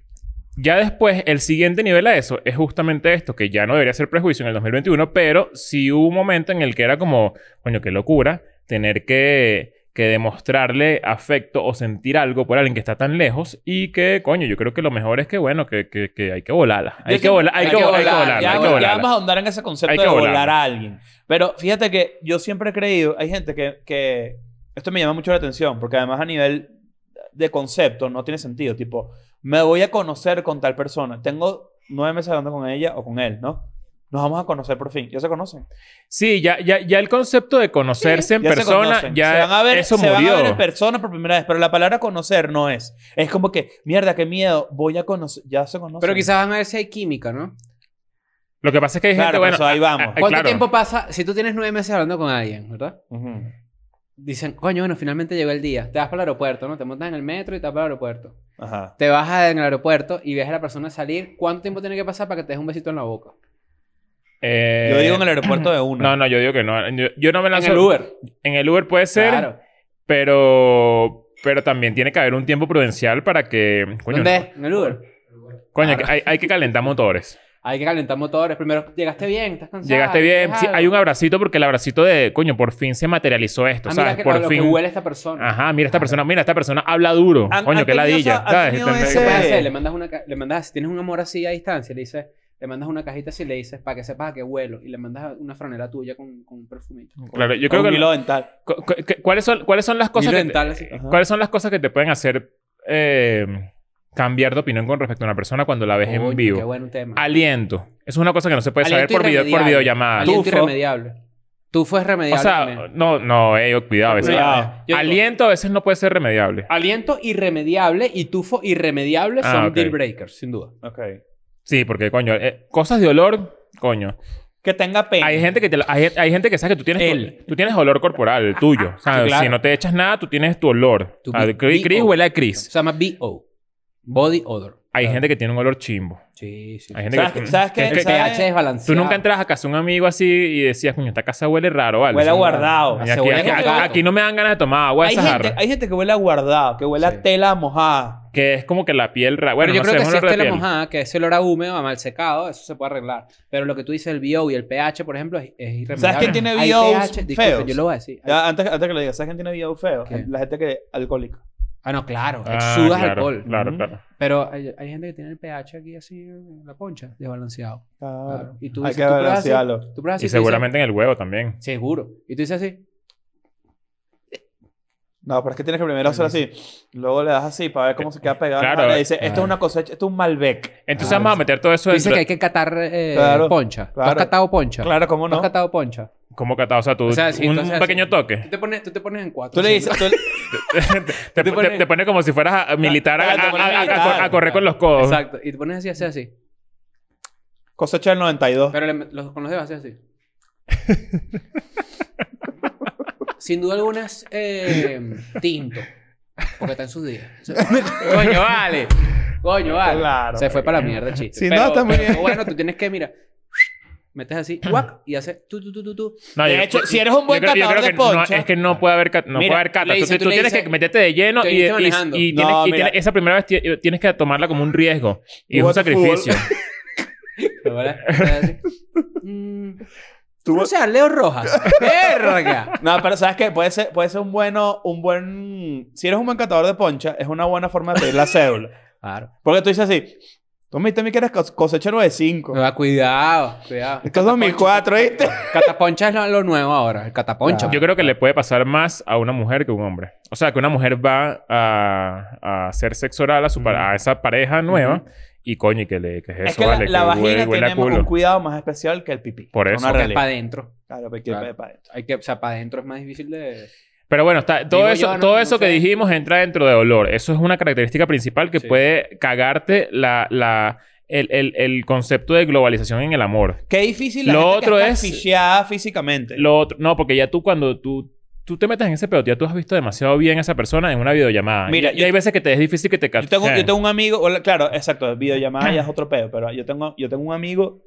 B: Ya después, el siguiente nivel a eso es justamente esto, que ya no debería ser prejuicio en el 2021, pero sí hubo un momento en el que era como, coño, qué locura tener que, que demostrarle afecto o sentir algo por alguien que está tan lejos y que, coño, yo creo que lo mejor es que, bueno, que, que, que hay que volarla. Hay
C: Yo
B: que
C: sí-
B: volar, hay que volar, hay que
C: volar,
B: volarla,
C: ya
B: hay que
C: vamos- Ya
B: volarla.
C: vamos a ahondar en ese
B: Hay
C: concepto
B: que
C: de
B: volarla.
C: volar a alguien. Pero fíjate que yo siempre he creído, hay gente que, que esto me llama mucho la atención, porque además a nivel de concepto no tiene sentido. Tipo, me voy a conocer con tal persona. Tengo nueve meses hablando con ella o con él, ¿no? Nos vamos a conocer por fin. Ya se conocen.
B: Sí, ya, ya, ya el concepto de conocerse en
C: ya se
B: persona,
C: conocen.
B: ya
C: se van a ver,
B: eso
C: se
B: murió.
C: van a ver en persona por primera vez. Pero la palabra conocer no es. Es como que, mierda, qué miedo. Voy a conocer. Ya se conocen.
D: Pero quizás van a ver si hay química, ¿no?
B: lo que pasa es que hay
C: Claro,
B: gente,
C: por
B: bueno, ah,
C: eso ahí vamos.
B: Ay,
D: ¿Cuánto
B: claro.
D: tiempo pasa? Si tú tienes nueve meses hablando con alguien, ¿verdad?
C: Ujú.
D: Dicen, coño, bueno, finalmente llegó el día. Te vas para el aeropuerto, ¿no? Te montas en el metro y te vas para el aeropuerto.
C: Ajá.
D: Te bajas en el aeropuerto y ves a la persona salir. ¿Cuánto tiempo tiene que pasar para que te des un besito en la boca?
B: eh,
C: Yo digo en el aeropuerto de una.
B: No, no, yo digo que no. Yo, yo no me
D: En
B: lanzo...
D: el Uber.
B: En el Uber puede ser...
D: Claro.
B: Pero, pero también tiene que haber un tiempo prudencial para que. Coño,
D: ¿Dónde?
B: no.
D: es? En el Uber.
B: Coño, que hay, hay que calentar motores.
D: Hay que calentar motores. Primero, llegaste bien, estás cansado.
B: Llegaste bien. Sí, hay un abracito porque el abracito de. Coño, por fin se materializó esto,
D: Ah, mira
B: ¿sabes?
D: que,
B: por
D: a lo
B: fin.
D: que huele esta persona.
B: Ajá, mira esta persona, mira, esta persona habla duro.
C: Han-
B: coño,
C: han
B: qué
C: tenido
B: ladilla.
C: esa- han
B: ¿Sabes?
C: tenido
B: Entonces,
D: ¿Qué
C: ese-
D: puedes
C: Sí.
D: hacer? Le mandas una... ca- Le mandas... Si tienes un amor así a distancia, le dices... le mandas una cajita así y le dices, para que sepas a qué vuelo, y le mandas una franela tuya con, con un perfumito.
B: Claro, yo
C: Con
B: creo
C: un
B: que...
C: hilo dental.
B: cu- cu- cu- ¿Cuáles son, cuáles son las cosas
D: Hilo
B: que te-
D: dental, así.
B: eh, ¿Cuáles son las cosas que te pueden hacer eh, cambiar de opinión con respecto a una persona cuando la ves
D: Coño,
B: Pues en vivo?
D: Qué buen tema.
B: Aliento. Eso es una cosa que no se puede
D: Aliento
B: saber por, video, por
D: irremediable.
B: videollamada.
D: Aliento
C: Tufo.
D: irremediable. Tufo es
B: o
D: remediable.
B: sea,
D: también.
B: no, no, eh, cuidado. a veces.
C: Cuidado.
D: Yo digo,
B: Aliento a veces no puede ser remediable.
D: Aliento irremediable y tufo irremediable
B: Ah,
D: son
B: ok.
D: deal breakers, sin duda.
C: Ok.
B: Sí, porque, coño, eh, cosas de olor, coño.
C: Que tenga pena.
B: Hay gente que, te la- hay, hay gente que sabe que tú tienes,
D: Él.
B: tu, tú tienes olor corporal, el tuyo. O sea,
C: Sí, claro.
B: si no te echas nada, tú tienes tu olor.
D: Tu
B: Ah,
D: bi-
B: Chris, Chris
D: bio.
B: huele a
D: Se
B: Chris.
D: llama BO. Body odor.
B: Hay gente que tiene un olor chimbo.
D: Sí, sí.
B: Hay
D: sí.
B: gente
C: ¿Sabes
B: que-
C: qué- sabes qué-
B: que-
D: El
B: que-
C: sabes-
D: pH desbalanceado.
B: Tú nunca entras a casa de un amigo así y decías, coño, esta casa huele raro, ¿vale?
C: Huele a
B: Sí.
C: guardado.
B: Y
D: Se
B: Aquí,
D: huele
B: aquí-
D: como
B: aquí-
D: gato.
B: aquí no me dan ganas de tomar agua de
C: Hay
B: esa
C: gente,
B: jarra.
C: hay gente que huele a guardado, que huele
D: Sí.
C: a tela mojada.
B: Que es como que la piel rara.
D: Pero
B: Bueno,
D: yo
B: no
D: creo
B: sé,
D: que
B: es un
D: si es
B: olor de
D: tela
B: piel.
D: mojada, que ese olor a húmedo, a mal secado, eso se puede arreglar. Pero lo que tú dices, el BO y el pH, por ejemplo, es, es irremediable.
C: ¿Sabes quién tiene
D: Hay
C: BOs
D: pH, disculpe,
C: feos?
D: Yo lo voy a decir. Hay-
C: Ya, antes, antes que lo digas, ¿sabes quién tiene video feo?
D: ¿Qué?
C: La gente que es alcohólica.
D: Ah, no, claro.
B: Ah,
D: exudas
B: claro,
D: alcohol.
B: Claro,
C: Ujú.
B: claro.
D: Pero hay, hay gente que tiene el pH aquí así, en la poncha, desbalanceado. Claro. Y tú
C: Hay
D: dices,
C: que
D: tú pruebas así,
C: balancearlo.
D: tú pruebas así,
B: Y
D: tú dices,
B: seguramente en el huevo también.
D: Seguro. Y tú dices así.
C: No, pero es que tienes que primero hacer así. Luego le das así para ver cómo se queda pegado.
B: Claro.
C: Claro. Le dice, esto
B: Ah.
C: es una cosecha, esto es un Malbec.
B: Entonces
D: Claro,
B: vamos a
D: sí.
B: meter todo eso
D: Tú dices
B: dentro.
D: que hay que catar eh,
C: Claro,
D: poncha. ¿Tú has
C: claro.
D: catado poncha?
C: Claro, ¿cómo
D: ¿Tú has
C: no?
D: catado poncha?
B: ¿Cómo catado? O sea, tú,
D: O sea, sí,
B: un,
D: entonces
B: un
D: así.
B: pequeño toque.
D: Tú te pones, tú te pones en cuatro.
C: Tú le
D: así,
C: dices, tú,
B: Te,
D: Te
B: te-
D: pones-
B: te pone como si fueras a- a militar a,
C: Ah, te
B: a-
C: pones
B: a- a- a
C: militar.
B: cor- a correr con los codos.
D: Exacto. Y te pones así, así, así.
C: cosecha del 92.
D: Pero le- los- con los dedos así, así. Sin duda alguna es eh, tinto. Porque está en sus días. Coño, vale. Coño, vale.
C: Claro.
D: Se fue para la mierda el chiste.
C: Sí, no, está muy
D: pero
C: bien.
D: Bueno, tú tienes que, mira. Metes así, guac, y haces tu, tu, tu, tu, tu.
B: No,
C: De
B: yo-
C: hecho,
B: yo-
C: si eres un buen
B: yo creo- yo
C: catador
B: creo
C: de
B: que no-
C: poncha-
B: es que no puede haber, cat- no
C: Mira,
B: puede haber cata.
D: le
B: Tú,
D: dice-
B: tú
D: tú le
B: tienes
D: dice-
B: que meterte de lleno
D: te
B: y,
D: viniste
B: y-
D: manejando.
B: y tienes,
C: No,
B: y tienes-
C: mira.
B: esa primera vez ti- tienes que tomarla como un riesgo. Y es un
C: Jugaste fútbol.
B: sacrificio.
D: ¿Verdad? Así. Mm,
C: Tú-
D: O sea, Leo Rojas. ¡Verga!
C: No, pero ¿sabes qué? Puede ser, puede ser un bueno, un buen... Si eres un buen catador de poncha, es una buena forma de pedir la cédula.
D: Claro.
C: Porque tú dices así, tú me dijiste a mí que eres cos- cosecha 95.
D: Ah, Cuidado, cuidado.
C: Esto es 2004, ¿viste?
D: Cataponcha es lo, lo nuevo ahora. El cataponcha.
B: Yo creo que le puede pasar más a una mujer que a un hombre. O sea, que una mujer va a, a hacer sexo oral a, su, pa- a esa pareja nueva y coño, y que le que es eso,
C: es que
B: vale,
C: la, la
B: que
C: vagina
B: huele, huele a
C: tiene un
B: culo.
C: cuidado más especial que el pipí.
B: Por
C: Es
B: eso.
C: Una
D: que es para
C: realidad.
D: adentro.
C: Claro, porque es
D: Claro.
C: pa' dentro.
D: Hay que, o sea, para adentro es más difícil de.
B: Pero bueno, está, todo
D: Digo
B: eso,
D: yo, no,
B: todo
D: no
B: eso que
D: sé.
B: dijimos entra dentro de olor. Eso es una característica principal que
D: Sí.
B: puede cagarte la, la, el, el, el concepto de globalización en el amor.
C: Qué difícil la
B: Lo
C: gente
B: otro
C: que
B: es-
C: está asfixiada físicamente.
B: Lo otro, no, porque ya tú cuando tú, tú te metes en ese pedo, ya tú has visto demasiado bien a esa persona en una videollamada.
C: Mira,
B: y, y
C: yo-
B: hay veces que te es difícil que te
C: Yo tengo,
B: capteen.
C: yo tengo un amigo, hola, claro, exacto, videollamada ya es otro pedo, pero yo tengo, yo tengo un amigo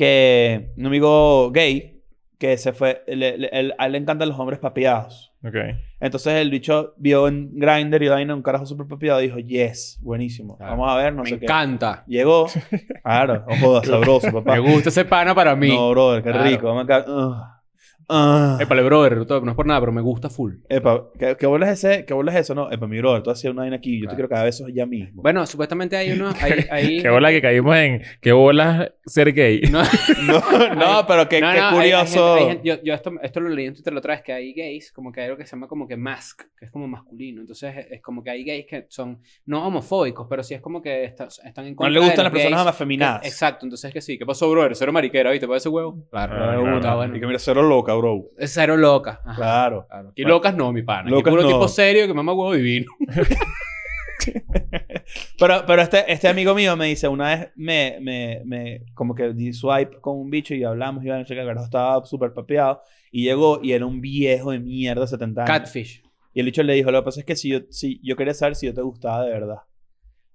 C: que, un amigo gay, que se fue, le- le- él- a él le encantan los hombres papiados.
B: Ok.
C: Entonces el bicho vio en Grindr y vaina un carajo súper papiado y dijo, yes, buenísimo,
D: Claro.
C: vamos a ver, no
D: me
C: sé
D: encanta.
C: qué. Llegó, claro, no jodas, sabroso, papá.
D: Me gusta ese pana para mí.
C: No, brother, qué
D: Claro.
C: rico, vamos acá. Ugh. Ah.
D: Epa, le brother, todo, no es por nada, pero me gusta full.
C: Epa, ¿qué, qué bolas ese? ¿Qué bolas eso? No, epa, mi brother, tú hacías una vaina aquí, yo
D: Claro.
C: te quiero que hagas besos ya mismo.
D: Bueno, supuestamente hay uno. Hay, hay-
B: Qué bola que caímos en qué bola ser gay.
D: No,
C: No, no, pero qué,
D: no, no,
C: qué
D: hay- hay
C: curioso.
D: gente- hay gente- yo yo esto, esto lo leí en Twitter la otra vez, que hay gays, como que hay algo que se llama como que mask, que es como masculino. Entonces, es, es como que hay gays que son no homofóbicos, pero sí es como que está- están en
C: No
D: contra
C: le
D: de
C: gustan las
D: los
C: personas
D: gays. E,
C: afeminadas.
D: Exacto, entonces que sí. ¿Qué pasó, brother? Cero mariquera, ¿viste? ¿Para ese huevo? Claro,
B: Ah,
C: Claro,
B: claro.
D: Está
C: uno.
D: bueno.
C: Y que mira, cero loca, bro.
D: Es cero loca. Ajá.
C: Claro.
D: Claro. Y
B: pues.
C: Bueno.
D: locas no, mi pana. Locas
C: Locas
D: puro
C: no.
D: tipo serio que mamá huevo divino.
C: Pero, pero este, este amigo mío me dice, una vez me, me, me como que di swipe con un bicho y hablamos y iba a que el carajo estaba súper papeado y llegó y era un viejo de mierda, 70 años.
D: Catfish.
C: Y el bicho le dijo, lo que pasa es que si yo, si, yo quería saber si yo te gustaba de verdad.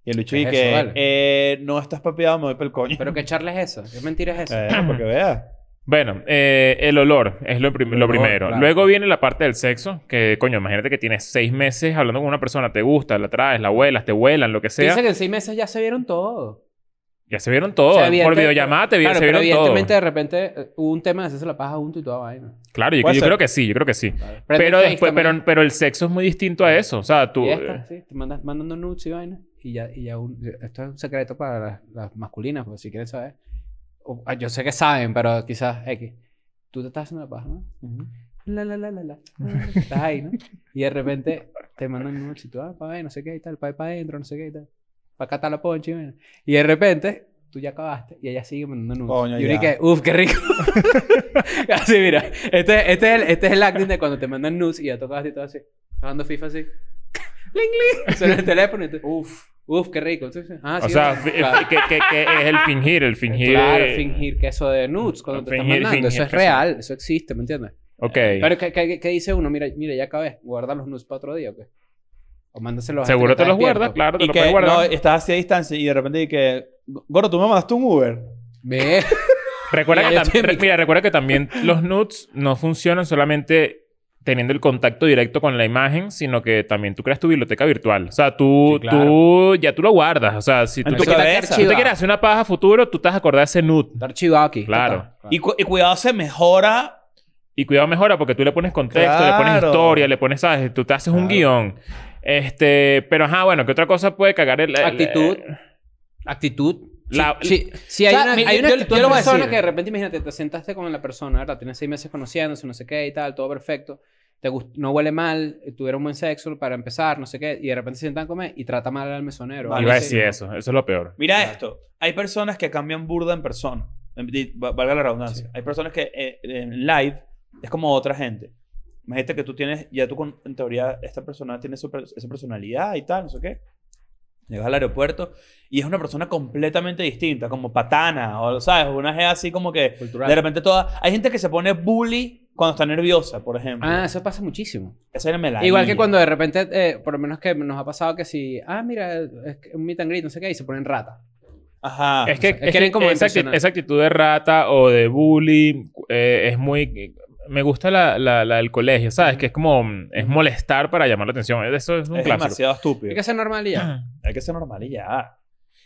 C: Y el bicho
D: ¿Qué es
C: dice
D: eso,
C: que
D: vale?
C: eh, no estás papeado, me voy para el coño.
D: Pero qué charla es esa. Qué mentira es esa.
C: Eh, para que vea.
B: Bueno, eh, el olor es lo, prim-
D: El
B: lo
D: olor,
B: primero.
D: claro.
B: Luego viene la parte del sexo, que coño, imagínate que tienes seis meses hablando con una persona, te gusta, la traes, la vuelas, te vuelan, lo que sea.
D: Piensa que en seis meses ya se vieron todo.
B: Ya se vieron todo.
D: O sea,
B: Por
D: evidente-
B: videollamada te vi-
D: claro,
B: se
D: pero
B: vieron todo.
D: evidentemente de repente eh, hubo un tema de hacerse la paja junto y toda vaina.
B: Claro, yo,
C: Puede
B: yo
C: ser.
B: creo que sí, yo creo que sí.
D: Pero,
B: Pero
D: entonces,
B: después,
D: también,
B: pero, pero el sexo es muy distinto a eso. O sea, tú.
D: fiesta,
B: eh,
D: sí, te mandas mandando nudes y vaina y ya y ya un- esto es un secreto para las, las masculinas, por si quieren pues, saber. o- ah, yo sé que saben, pero quizás X. Tú te estás haciendo la paja, ¿no? La, la, la, la, la. Ah, Estás ahí, ¿no? Y de repente te mandan un chito, ah, pa' ahí, no sé qué y tal, pa' ahí para adentro, no sé qué y tal. Pa' acá está la ponche, y vaina. Y de repente tú ya acabaste y ella sigue mandando nudes.
C: Coño,
D: y uno
C: ya.
D: que, uff, qué rico. así, mira. Este, este, es el, este es el acting de cuando te mandan nudes y ya tocaste y todo así. Jugando FIFA así. ¡Ling, ling! Suena el teléfono y tú, uff, uff, qué rico. Entonces, ah,
B: O
D: sí,
B: sea,
D: bueno.
B: fi-
D: Claro.
B: fi- que, que- que es el fingir, el fingir.
D: Claro,
B: eh,
D: fingir que eso de nudes cuando te están
B: Fingir-
D: mandando.
B: fingir
D: eso es
B: que sí.
D: real, eso existe, ¿me entiendes?
B: Ok.
D: Pero ¿qué, qué, qué dice uno? Mira, mira, ya acabé. ¿Guardar los nudes para otro día o qué? O mándaselos
B: Seguro te los
D: guardas,
B: guardas, claro, te
C: Y
B: los
C: que
B: puedes
C: no,
B: guardar.
C: estás así a distancia y de repente y que, Gordo, tú me mandaste un Uber.
D: Ve. Mira,
B: Recuerda que,
D: yo
B: tam-
D: estoy en
B: re-
D: mi-
B: mira, recuerda que también los nudes no funcionan solamente teniendo el contacto directo con la imagen, sino que también tú creas tu biblioteca virtual. O sea, tú,
D: Sí, claro.
B: tú ya tú lo guardas. O sea, si tú,
C: En tu
B: te,
D: está
C: cabeza.
B: tú te
D: archivado.
B: quieres hacer una paja a futuro, tú te vas a acordar de ese nude.
D: Está archivado aquí.
B: Claro.
D: Total.
C: Y, cu- y cuidado, se mejora.
B: Y cuidado mejora porque tú le pones contexto, le pones
C: Claro.
B: historia, le pones, ¿sabes? Tú te haces un guión. Este, pero ajá, bueno, ¿qué otra cosa puede cagar el... el-
D: Actitud. Actitud.
B: La-
D: sí, sí, sí, hay
C: O sea,
D: una,
C: mira,
D: hay una
C: yo-
D: actitud
C: yo lo
D: de
C: voy a
D: persona
C: decir.
D: que de repente, imagínate, te sentaste con la persona, ¿verdad? Tienes seis meses conociéndose, no sé qué y tal, todo perfecto. Te gust- no huele mal, eh, tuvieron buen sexo para empezar, no sé qué. Y de repente se sientan a comer y trata mal al mesonero.
C: Vale,
B: Iba a
D: Sí.
B: decir eso. Eso es lo peor.
C: Mira esto. Hay personas que cambian burda en persona. En- di- va- Valga la redundancia. Hay personas que eh, en live es como otra gente. Imagínate que tú tienes, ya tú con, en teoría, esta persona tiene su per- esa personalidad y tal, no sé qué. Llegas al aeropuerto y es una persona completamente distinta, como patana, o sabes, una es así como que
D: Cultural.
C: de repente toda. Hay gente que se pone bully cuando está nerviosa, por ejemplo.
D: Ah, eso pasa muchísimo.
C: Esa era melanina.
D: Igual que cuando de repente, eh, por lo menos que nos ha pasado que si, ah, mira, es que un meet and greet, no sé qué, y se ponen rata.
C: Ajá.
B: Es que,
D: o sea,
B: es
D: quieren
B: que
D: como
B: esa, acti-
D: impresionar.
B: esa actitud de rata o de bully eh, es muy... Me gusta la, la- la del colegio, ¿sabes? Que es como... mm, Es molestar para llamar la atención. Eso es un
C: es
B: clásico.
C: demasiado estúpido.
D: Hay que ser normal y ya.
C: Hay que ser normal y ya.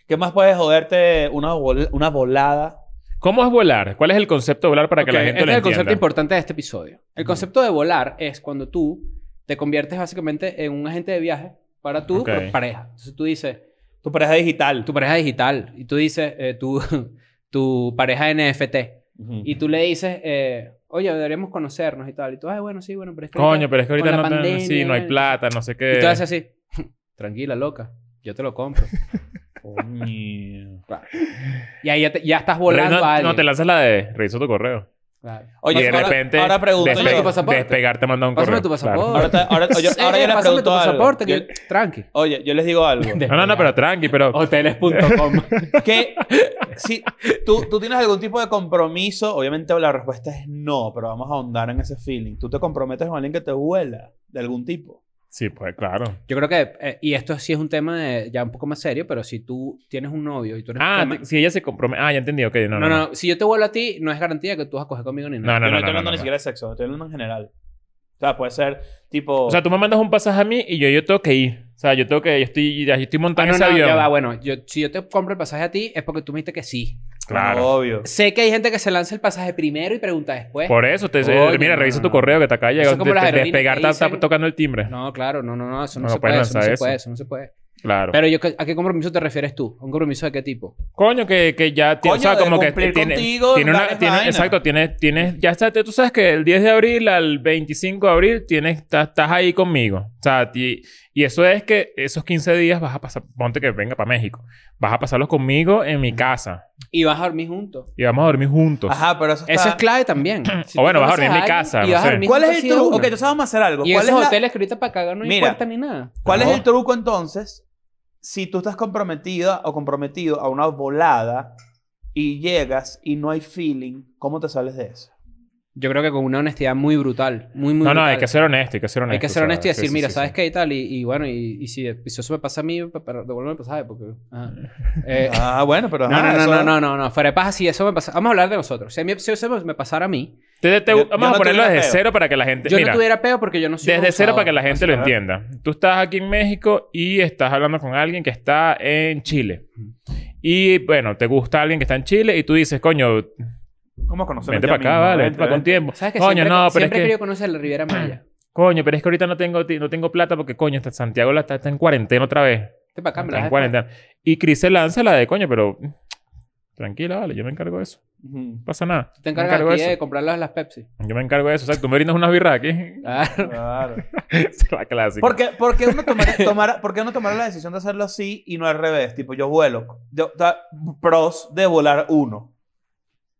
C: ¿Qué más puedes joderte una, vol- una volada?
B: ¿Cómo es volar? ¿Cuál es el concepto de volar para que
D: Ok,
B: la gente
D: este
B: lo
D: es el concepto
B: entienda?
D: importante de este episodio. El concepto de volar es cuando tú te conviertes básicamente en un agente de viaje para tu
B: Ok.
D: pro- pareja. Entonces tú dices,
C: Tu pareja digital.
D: tu pareja digital, y tú dices, eh, tu, tu pareja NFT,
C: Ujú.
D: y tú le dices, eh, oye, deberíamos conocernos y tal. Y tú, ay, bueno, sí, bueno, pero es que. ahorita-
B: Coño, pues. pero es que
D: con
B: ahorita
D: la
B: no, no-
D: pandemia,
B: sí, no hay
D: bueno.
B: plata, no sé qué.
D: Y tú haces así, tranquila, loca, yo te lo compro.
B: Oh,
C: Coño.
D: y ahí ya, te- ya estás
B: Re-
D: volando a
B: no, no,
D: alguien.
B: te lanzas la de reviso tu correo.
D: Claro.
C: Oye,
B: y de
C: ahora-
B: repente
C: ahora, pregunto
B: despe-
D: Pásame tu
C: yo.
D: pasaporte.
B: despegar te manda un
D: Pásame
B: correo.
D: tu
B: claro.
D: pasaporte.
C: Ahora, te- ahora- oye, ahora
D: Eh,
C: yo les
D: pásame tu
C: pregunto algo.
D: pasaporte, que
C: Yo-
D: yo- tranqui.
C: oye, yo les digo algo.
D: De-
B: No, no, no, pero tranqui, pero
D: Hoteles.com.
C: que si tú, tú tienes algún tipo de compromiso, obviamente la respuesta es no, pero vamos a ahondar en ese feeling. Tú te comprometes con alguien que te vuela de algún tipo.
B: sí, pues claro.
D: Yo creo que, eh, y esto sí es un tema de- ya un poco más serio, pero si tú tienes un novio y tú eres
B: Ah,
D: fama-
B: te- si ella se compromete. Ah, ya entendí, ok. No,
D: no, no, no, si yo te vuelvo a ti, no es garantía que tú vas a coger conmigo ni
B: No,
D: nada. Ah,
B: no,
C: yo no,
B: no.
C: estoy
B: no,
C: hablando
B: no,
C: ni
B: no.
C: siquiera de sexo, estoy hablando en general. O sea, puede ser tipo.
B: O sea, tú me mandas un pasaje a mí y yo, yo tengo que ir. O sea, yo tengo que... Yo estoy, ya estoy
D: Ah,
B: montando
D: no,
B: ese
D: no,
B: avión.
D: ya va, bueno, yo, si yo te compro el pasaje a ti es porque tú me dijiste que sí.
B: Claro.
C: Obvio.
D: Sé que hay gente que se lanza el pasaje primero y pregunta después.
B: Por eso, te,
D: eh. Oye,
B: mira,
D: no,
B: revisa
D: no,
B: tu
D: no.
B: correo que te acaba de
D: Eso
B: llegar.
D: es como las
B: te- te-
D: aerolíneas
B: despegar
D: que
B: está, está
D: dicen-
B: tocando el timbre.
D: No, claro, no, no, no, eso no,
B: No
D: se
B: lo
D: puede,
B: puedes
D: eso no
B: lanzar
D: se
B: eso.
D: puede, eso no se puede.
B: Claro.
D: Pero yo, ¿a qué compromiso te refieres tú? ¿Un compromiso de qué tipo?
B: Coño, que, que ya tiene,
C: Coño,
B: o sea,
C: de
B: como que
C: cumplir
B: tiene,
C: contigo,
B: tiene una,
C: varias
B: tiene-
C: vainas.
B: exacto, tienes, tienes, ya está, tú sabes que el 10 de abril al 25 de abril tienes, estás, estás ahí conmigo. O sea, ti- y eso es que esos 15 días vas a pasar, ponte que venga para México, vas a pasarlos conmigo en mi casa
D: Y vas a dormir juntos.
B: y vamos a dormir juntos.
C: Ajá, pero eso está...
D: Eso es clave también.
B: O bueno,
D: tú
B: vas a dormir en
D: conoces
B: mi casa,
D: alguien y
B: no
D: vas a
B: sé.
D: dormir
C: ¿Cuál es
D: juntos,
C: el
D: sí, de
C: truco?
D: una.
C: Ok, entonces vamos a hacer algo.
D: Y
C: ¿Cuál,
D: esos
C: es, la-
D: hoteles que ahorita para cagar no
C: Mira.
D: importa ni nada.
C: cuál es
B: No.
C: el truco entonces si tú estás comprometida o comprometido a una volada y llegas y no hay feeling? ¿Cómo te sales de eso?
D: Yo creo que con una honestidad muy brutal. Muy, muy
B: no, no,
D: brutal.
B: hay que ser honesto, hay que ser honesto.
D: Hay que ser
B: o sea,
D: honesto y
B: sí,
D: decir,
B: sí,
D: mira,
B: sí,
D: ¿sabes
B: sí.
D: qué? Y tal. Y, y bueno, y, y si si eso me pasa a mí, pa- para devolverme el pasaje. Porque, ajá. Eh,
C: Ah, bueno, pero...
D: no, no,
C: ajá,
D: no,
C: eso-
D: no, no, no, no. Fuera de paja, si eso me pasa... Vamos a hablar de nosotros. Si, a mí, si eso me pasara a mí,
B: Te- te-
C: Yo- yo
B: vamos a
C: no
B: ponerlo
C: tuviera
B: desde
C: feo.
B: cero para que la gente,
D: yo
B: mira,
D: no tuviera peo porque yo no soy un
B: desde cero
D: abusador.
B: para que la gente lo
C: Así, ¿verdad?
B: entienda. Tú estás aquí en México y estás hablando con alguien que está en Chile. Y bueno, te gusta alguien que está en Chile y tú dices, coño,
C: ¿Cómo conocemos?
B: vente
C: ya
B: para acá,
C: mismo?
B: vale,
C: Vente,
B: vente para acá un
C: vente.
B: tiempo.
D: ¿Sabes que
B: Coño,
D: siempre,
B: no, pero es
D: siempre he
B: que,
D: querido conocer la Riviera Maya.
B: coño, pero es que ahorita no tengo, ti- no tengo plata porque, coño, está Santiago la está, está en cuarentena otra vez.
D: Vente para acá, me
B: Está
D: la
B: en
D: dejas.
B: cuarentena. Y Chris se lanza la de, coño, pero Tranquila, vale, yo me encargo de eso.
C: Ujú.
B: No pasa nada.
D: Tú te
B: Me
D: encargas
B: encargo
D: aquí
B: de
D: de
B: eso.
D: comprar las, las Pepsi. Ah.
B: Yo me encargo de eso. O sea, tú me brindas unas birras aquí.
D: Claro.
C: Claro.
B: es la clásica.
C: ¿Por qué, por qué uno tomara, tomara- por qué uno tomara la decisión de hacerlo así y no al revés? Tipo, yo vuelo. Yo, o sea, pros de volar uno.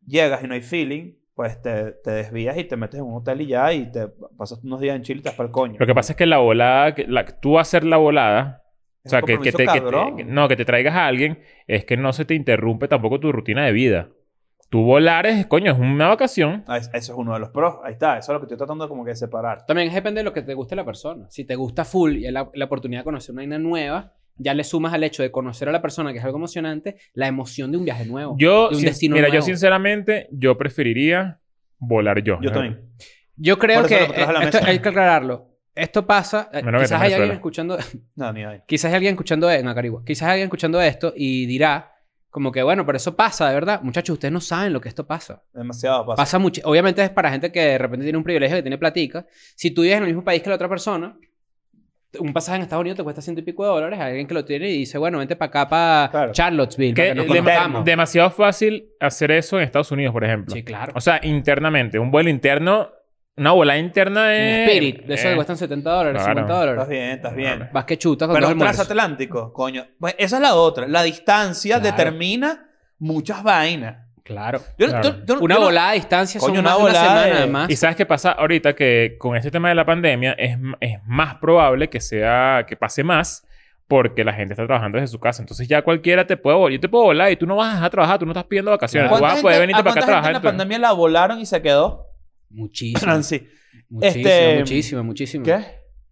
C: Llegas y no hay feeling, pues te, te desvías y te metes en un hotel y ya, y te pasas unos días en Chile y te vas para el coño.
B: Lo que pasa es que la volada, que- la, tú hacer la volada, o
C: Es
B: sea,
C: un
B: que, que
C: compromiso
B: te, que te-
C: cabrón.
B: que- no, que te traigas a alguien, es que no se te interrumpe tampoco tu rutina de vida. Tú volar es, coño, es una vacación.
C: Ah, es- Eso es uno de los pros. Ahí está. Eso es lo que estoy tratando como que de separar.
D: También depende de lo que te guste la persona. Si te gusta full y es la, la oportunidad de conocer una vaina nueva, ya le sumas al hecho de conocer a la persona, que es algo emocionante, la emoción de un viaje nuevo.
B: Yo,
D: de un
B: sin-
D: destino
B: mira, yo
D: nuevo.
B: sinceramente, yo preferiría volar yo.
C: Yo también.
D: Yo creo
C: Por eso
D: que
C: lo que traes a la
D: eh, esto-
C: mesa.
D: hay que aclararlo. Esto pasa, eh,
B: Menos
D: quizás
B: que estés en
D: hay alguien
B: Venezuela.
D: escuchando,
C: No, ni ahí.
D: quizás hay alguien escuchando en Acarigua, quizás hay alguien escuchando esto y dirá como que bueno, pero eso pasa, de verdad. Muchachos, ustedes no saben lo que esto pasa.
C: Demasiado pasa.
D: Pasa mucho. Obviamente es para gente que de repente tiene un privilegio, que tiene platica. Si tú vives en el mismo país que la otra persona, un pasaje en Estados Unidos te cuesta ciento y pico de dólares. Hay alguien que lo tiene y dice, bueno, vente para acá, para
C: Claro.
D: Charlottesville,
B: Que
D: para que nos
B: dem-
C: de-
D: conozcamos.
B: demasiado fácil hacer eso en Estados Unidos, por ejemplo.
D: Sí, claro.
B: O sea, internamente. Un vuelo interno, una volada interna
D: Un
B: es...
D: Spirit, de eso
B: eh,
D: te cuestan 70 dólares,
B: claro.
D: 50 dólares.
C: Estás bien, estás bien.
D: Vas que chutas con
C: Pero
D: dos almuerzos.
C: transatlántico, coño. Bueno, esa es la otra. La distancia
D: Claro.
C: determina muchas vainas.
D: Claro.
C: Yo no-
B: Claro.
C: yo- yo no-
D: Una
C: yo no-
D: volada a distancia
C: Coño,
D: son
C: una
D: más de una
C: volada
D: semana,
C: de-
D: además.
B: Y sabes qué pasa ahorita que con este tema de la pandemia es, m- es más probable que sea que pase más porque la gente está trabajando desde su casa. Entonces ya cualquiera te puede volar. Yo te puedo volar y tú no vas a dejar trabajar, tú no estás pidiendo vacaciones. Tú
C: ¿Cuánta
B: vas a poder
C: gente-
B: venirte
C: a
B: para acá a
C: cuánta gente
B: trabajar.
C: En la
B: en tu-
C: pandemia la volaron y se quedó.
D: Muchísimo.
C: Nancy.
D: Muchísimo,
C: Este-
D: muchísimo, muchísimo.
C: ¿Qué?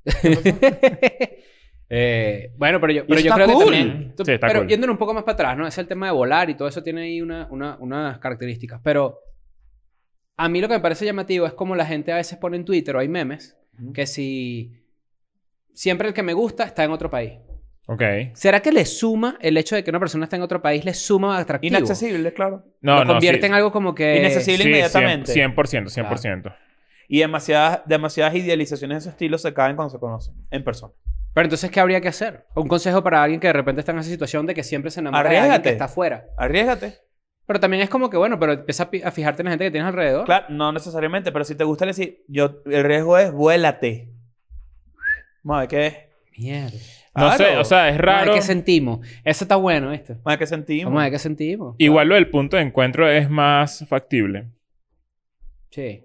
D: Eh, bueno, pero yo,
C: eso
D: pero yo
C: está
D: creo
C: cool.
D: que también.
B: Sí, está
D: pero
B: cool.
D: yéndonos un poco más para atrás, ¿no? Es el tema de volar y todo eso tiene ahí una- una- unas características. Pero a mí lo que me parece llamativo es como la gente a veces pone en Twitter o hay memes que si. Siempre el que me gusta está en otro país.
B: Ok.
D: ¿Será que le suma el hecho de que una persona está en otro país, le suma atractivo?
C: Inaccesible, claro.
B: No,
D: lo
B: no.
D: convierte
B: sí.
D: en algo como que.
C: Inaccesible
B: Sí,
C: inmediatamente.
B: 100%, 100%.
C: Y demasiadas, demasiadas idealizaciones de ese estilo se caen cuando se conocen en persona.
D: Pero entonces, ¿qué habría que hacer? Un consejo para alguien que de repente está en esa situación de que siempre se enamora de alguien
C: Arriésgate.
D: que está afuera.
C: Arriesgate.
D: Pero también es como que, bueno, pero empieza a pi- a fijarte en la gente que tienes alrededor.
C: Claro, no necesariamente, pero si te gusta decir, yo, el riesgo es vuélate. Vamos a ver qué es.
D: Mierda.
B: No sé,
C: Claro.
B: o sea, es
D: Vamos a
B: raro.
D: ver qué sentimos. Eso está bueno, ¿viste?
C: Vamos a ver qué sentimos.
D: Vamos a ver qué sentimos.
B: Igual lo del punto de encuentro es más factible.
D: Sí.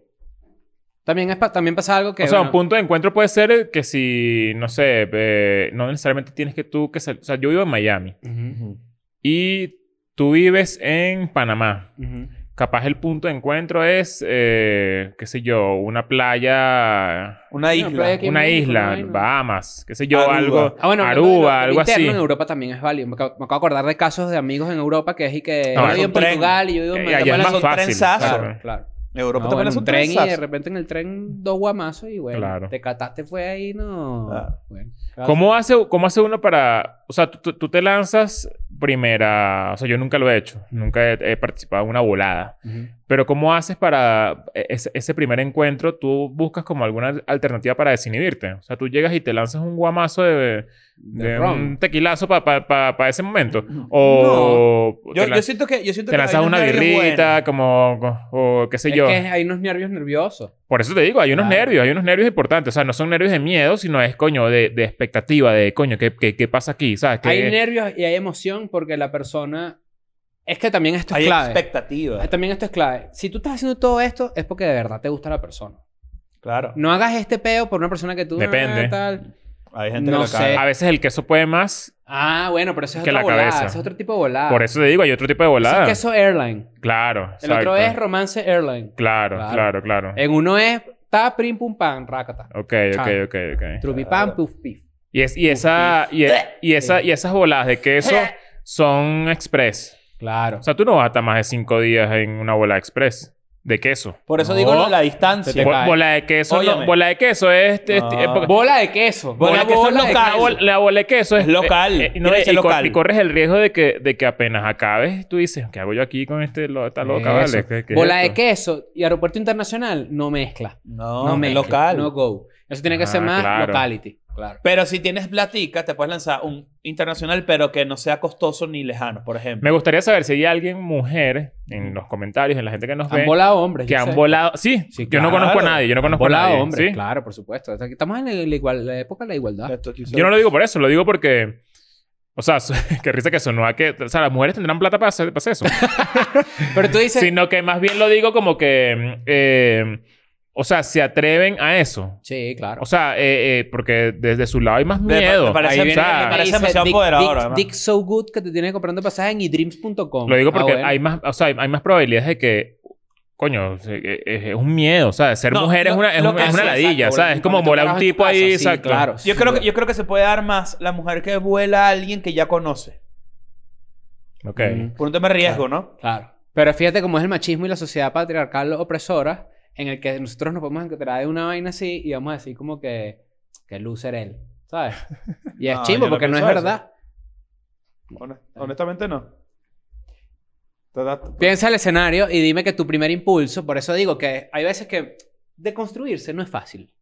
D: También, es pa- también pasa algo que.
B: o sea, un
D: bueno,
B: punto de encuentro puede ser que si, no sé, eh, no necesariamente tienes que tú que sal- O sea, yo vivo en Miami
D: Ujú,
B: y tú vives en Panamá.
D: ujú.
B: Capaz el punto de encuentro es, eh, qué sé yo, una playa,
D: Bueno,
C: Una
D: pero
C: isla.
D: hay que- Aquí en
B: una
D: México no
B: isla,
D: hay, ¿no?
B: Bahamas, qué sé yo,
C: Aruba.
B: algo,
D: Ah, bueno, hablando de lo-
B: Aruba,
D: del
B: algo así.
D: interno en Europa también es válido. Me acabo, me acabo de acordar de casos de amigos en Europa que es y que.
B: No,
D: yo
B: es
D: vivo
C: un
D: en
C: tren.
D: Portugal y yo vivo en
B: Eh,
D: Madrid.
B: allá es
C: pones
B: más
C: un
B: fácil.
C: trenzazo.
D: Claro,
B: claro.
D: claro.
C: Europa
D: No,
C: también
D: bueno,
C: es
D: un
C: un
D: tren y de
C: trenzazo.
D: repente en el tren dos guamazos y bueno,
B: Claro.
D: te cataste fue ahí, no.
C: Claro.
D: Bueno,
B: ¿Cómo hace, ¿Cómo hace uno para...? O sea, tú, tú- tú te lanzas primera... O sea, yo nunca lo he hecho. Nunca he, he participado en una volada.
D: Ujú.
B: Pero ¿cómo haces para e- ese, ese primer encuentro? ¿Tú buscas como alguna al- alternativa para desinhibirte? O sea, tú llegas y te lanzas un guamazo de,
D: De
B: de
D: ron. Mm,
B: un tequilazo para ese momento. O... te
C: Yo, yo
B: lanzas-
C: siento que. Yo siento
B: te
C: que
B: lanzas
C: ahí
B: una
C: no es nervio
B: birrita,
C: bueno.
B: como, co- o qué sé
D: Es
B: yo.
D: que hay unos nervios nerviosos.
B: Por eso te digo, hay unos
D: Claro.
B: nervios, hay unos nervios importantes. O sea, no son nervios de miedo, sino es, coño, de, de expectativa, de, coño, ¿qué, qué, qué pasa aquí? ¿Sabes? ¿Qué-
D: Hay nervios y hay emoción porque la persona... Es que también esto es
C: Hay
D: clave.
C: expectativas.
D: También esto es clave. Si tú estás haciendo todo esto es porque de verdad te gusta la persona.
C: Claro.
D: No hagas este peo por una persona que tú...
B: Depende.
D: Ah, tal.
C: Hay gente
D: No
C: que lo
D: sé.
C: caga.
B: A veces el queso puede más.
D: Ah, bueno, pero eso es
B: Que
D: otra
B: la
D: volada.
B: cabeza.
D: Eso es otro tipo de volada.
B: Por eso te digo, hay otro tipo de
D: Eso
B: volada.
D: es Ah. queso airline.
B: Claro.
D: El otro
B: exacto.
D: es romance airline.
B: Claro,
D: Claro.
B: claro, claro.
D: En uno es ta, prim, pum, pam, racata.
B: Ok, ok,
D: Chao.
B: ok, ok.
D: Trupi, pam, puf, pif.
B: Y, es, y, esa, y, e- y esa, y esas voladas de queso
D: Eh.
B: son express.
D: Claro.
B: O sea, tú no vas a estar más de cinco días en una bola express de queso.
C: Por eso digo lo de la
D: Se te va.
C: distancia.
B: Bo-
D: cae.
B: bola de queso, no,
C: Óyeme.
B: bola de queso es... es-
C: Ah.
B: es porque-
D: Bola de queso.
C: Bola
D: Una
C: de queso es
D: de
C: local.
B: La, bol- la bola de queso es
C: Es local.
B: eh, eh, no,
C: Tiene
B: y,
C: que ser
B: cor-
C: local.
B: y corres el riesgo de que, de que apenas acabes, tú dices, ¿qué hago yo aquí con este lo, esta loca?
D: Eso.
B: Vale, ¿Qué- qué es
D: Bola de
B: esto?"
D: queso y aeropuerto internacional no mezcla.
C: No,
D: No,
C: es
D: mezcla.
C: local.
D: No go. Eso tiene que
B: Ah,
D: ser más
B: claro.
D: locality. Claro.
C: Pero si tienes platica, te puedes lanzar un internacional, pero que no sea costoso ni lejano, por ejemplo.
B: Me gustaría saber si hay alguien mujer en los comentarios, en la gente que nos ve,
D: Han volado hombres.
B: que
D: yo
B: han
D: sé.
B: volado. Sí,
D: Sí,
B: yo no
C: claro.
B: conozco a nadie, yo no conozco a nadie.
D: volado hombres.
B: ¿sí?
D: Claro, por supuesto. O sea, que Estamos en la, igual- la época de la igualdad.
C: Esto- yo sé-
B: Yo no lo digo por eso, lo digo porque. O sea, qué risa que sonó a que. O sea, las mujeres tendrán plata para hacer, para hacer eso.
D: Pero tú dices...
B: Sino que más bien lo digo como que. eh, o sea, se atreven a eso.
D: Sí, claro.
B: O sea, eh, eh, porque desde su lado hay más
C: Me pa-
B: miedo.
C: me parece
B: Ahí
C: bien,
B: o sea,
C: me parece
D: Dice
C: demasiado
D: Dick-
C: empoderador,
D: Dick-
C: además.
D: Dick so good que te tienes comprando pasajes en edreams.com.
B: Lo digo
D: Ah,
B: porque
D: bueno.
B: hay más, o sea, hay hay más probabilidades de que, coño, se- eh, eh, es un miedo, o sea, ser
C: No,
B: mujer es
C: lo-
B: una, es
C: lo
B: una-
C: que-
B: es una
C: sí,
B: ladilla,
D: exacto,
B: ¿sabes? Es como
D: cuando tú
B: molar a un
D: trabajas en tu
B: tipo ahí,
D: casa, sí,
B: exacto.
D: claro.
C: Yo creo, que, yo creo que se puede dar más la mujer que vuela a alguien que ya conoce.
B: Ok.
D: Mm.
C: Por un tema de riesgo, ¿no?
D: Claro. Pero fíjate cómo es el machismo y la sociedad patriarcal opresora en el que nosotros nos podemos encontrar de una vaina así y vamos a decir como que... Que loser él, ¿sabes? Y es
C: No, yo
D: chimbo
C: no
D: porque no es
C: pienso eso.
D: verdad.
C: Hone- Honestamente no. Ta- ta-
D: Piensa el escenario y dime que tu primer impulso, por eso digo que hay veces que deconstruirse no es fácil.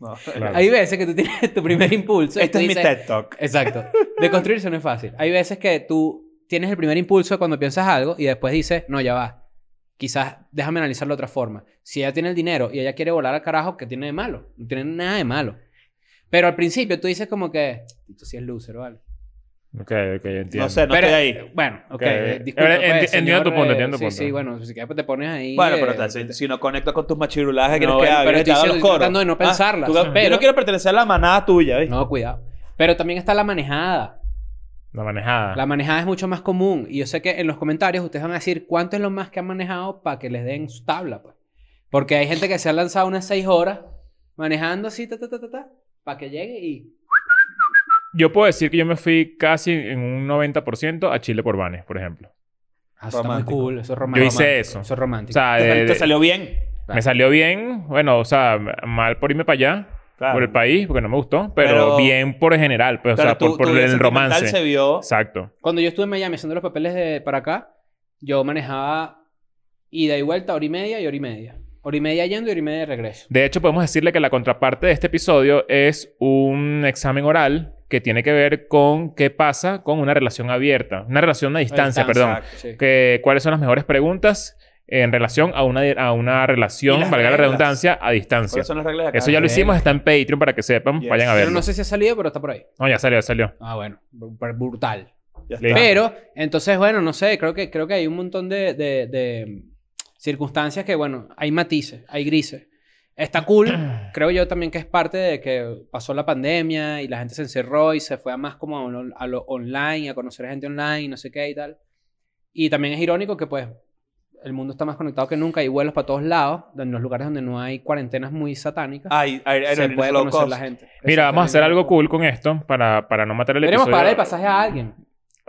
C: no.
B: Claro.
D: Hay veces que tú tienes tu primer impulso. y tú
C: Este es mi
D: dices-
C: TED Talk.
D: Exacto. Deconstruirse no es fácil. Hay veces que tú tienes el primer impulso cuando piensas algo y después dices, no, ya va. Quizás déjame analizarlo de otra forma. Si ella tiene el dinero y ella quiere volar al carajo, ¿qué tiene de malo? No tiene nada de malo. Pero al principio tú dices como que, esto sí es loser, ¿vale?
B: Ok, ok, entiendo.
C: No sé, no
D: Pero-
C: estoy ahí.
D: Bueno, ok.
B: Ok.
D: eh, disculpa,
B: Ahora, enti-
D: pues,
B: entiendo
D: señor,
B: tu punto,
D: eh,
B: entiendo tu
D: sí,
B: punto.
D: Sí, bueno, si quieres pues, te pones ahí...
C: Bueno,
D: eh,
C: pero ta- si, si no conectas con tus machirulajes, que
D: No,
C: quieres
D: bueno,
C: que
D: pero
C: hable,
D: estoy
C: te haga
D: diciendo-
C: los coros.
D: tratando de no
C: Ah,
D: pensarlas,
C: tú- Yo
D: pero-
C: no quiero pertenecer a la manada tuya, ¿viste?
D: No, cuidado. Pero también está la manejada.
B: La manejada.
D: La manejada es mucho más común. Y yo sé que en los comentarios ustedes van a decir cuánto es lo más que han manejado para que les den su tabla, pues. Porque hay gente que se ha lanzado unas seis horas manejando así, ta, ta, ta, ta, ta, para que llegue y...
B: Yo puedo decir que yo me fui casi en un 90% a Chile por Vanes, por ejemplo.
D: Ah, eso está muy
C: Romántico.
D: cool, eso es
B: Yo
D: romántico.
B: hice
D: Eso
B: eso.
D: es
B: O
D: romántico.
B: sea,
C: Te,
B: de-
C: te
B: Ah, de-
C: salió bien.
B: me salió bien, bueno, o sea, mal por irme para allá,
C: Claro.
B: por el país, porque no me gustó, pero,
C: Pero-
B: bien por general, pues, o
C: Pero
B: sea, por,
C: tu-
B: por
C: tu vida
B: el
C: sentimental
B: romance.
C: se vio.
B: Exacto.
D: Cuando yo estuve en Miami haciendo los papeles de, para acá, yo manejaba ida y vuelta, hora y media y hora y media. Hora y media yendo y hora y media de regreso.
B: De hecho, podemos decirle que la contraparte de este episodio es un examen oral que tiene que ver con qué pasa con una relación abierta, una relación a distancia,
D: distancia,
B: perdón.
C: Exacto.
D: Sí.
B: Que, ¿Cuáles son las mejores preguntas en relación a una, a una
C: Y
B: relación,
C: las
B: valga la
C: reglas.
B: redundancia, a distancia?
C: ¿Cuáles son las reglas de acá?
B: Eso ya lo hicimos, está en Patreon para que sepan,
C: Yes.
B: vayan a
D: Pero
B: verlo.
D: no sé si ha salido, pero está por ahí.
B: No, ya salió, ya salió.
D: Ah, bueno. Br- Brutal.
C: Ya está.
B: Claro.
D: Pero, entonces, bueno, no sé, creo que, creo que hay un montón de, de- de circunstancias que, bueno, hay matices, hay grises. Está cool, creo yo también que es parte de que pasó la pandemia y la gente se encerró y se fue a más como a, lo- a lo online, a conocer gente online, no sé qué y tal. Y también es irónico que pues el mundo está más conectado que nunca, hay vuelos para todos lados, en los lugares donde no hay cuarentenas muy satánicas.
B: Ah,
C: Ay, ay, ay,
D: se
C: aerolíneas
D: puede
C: low
D: conocer
C: cost.
D: la gente.
B: Mira, vamos a hacer algo cool con esto para, para no matar el
D: Queremos
B: episodio.
D: pagar el pasaje a alguien.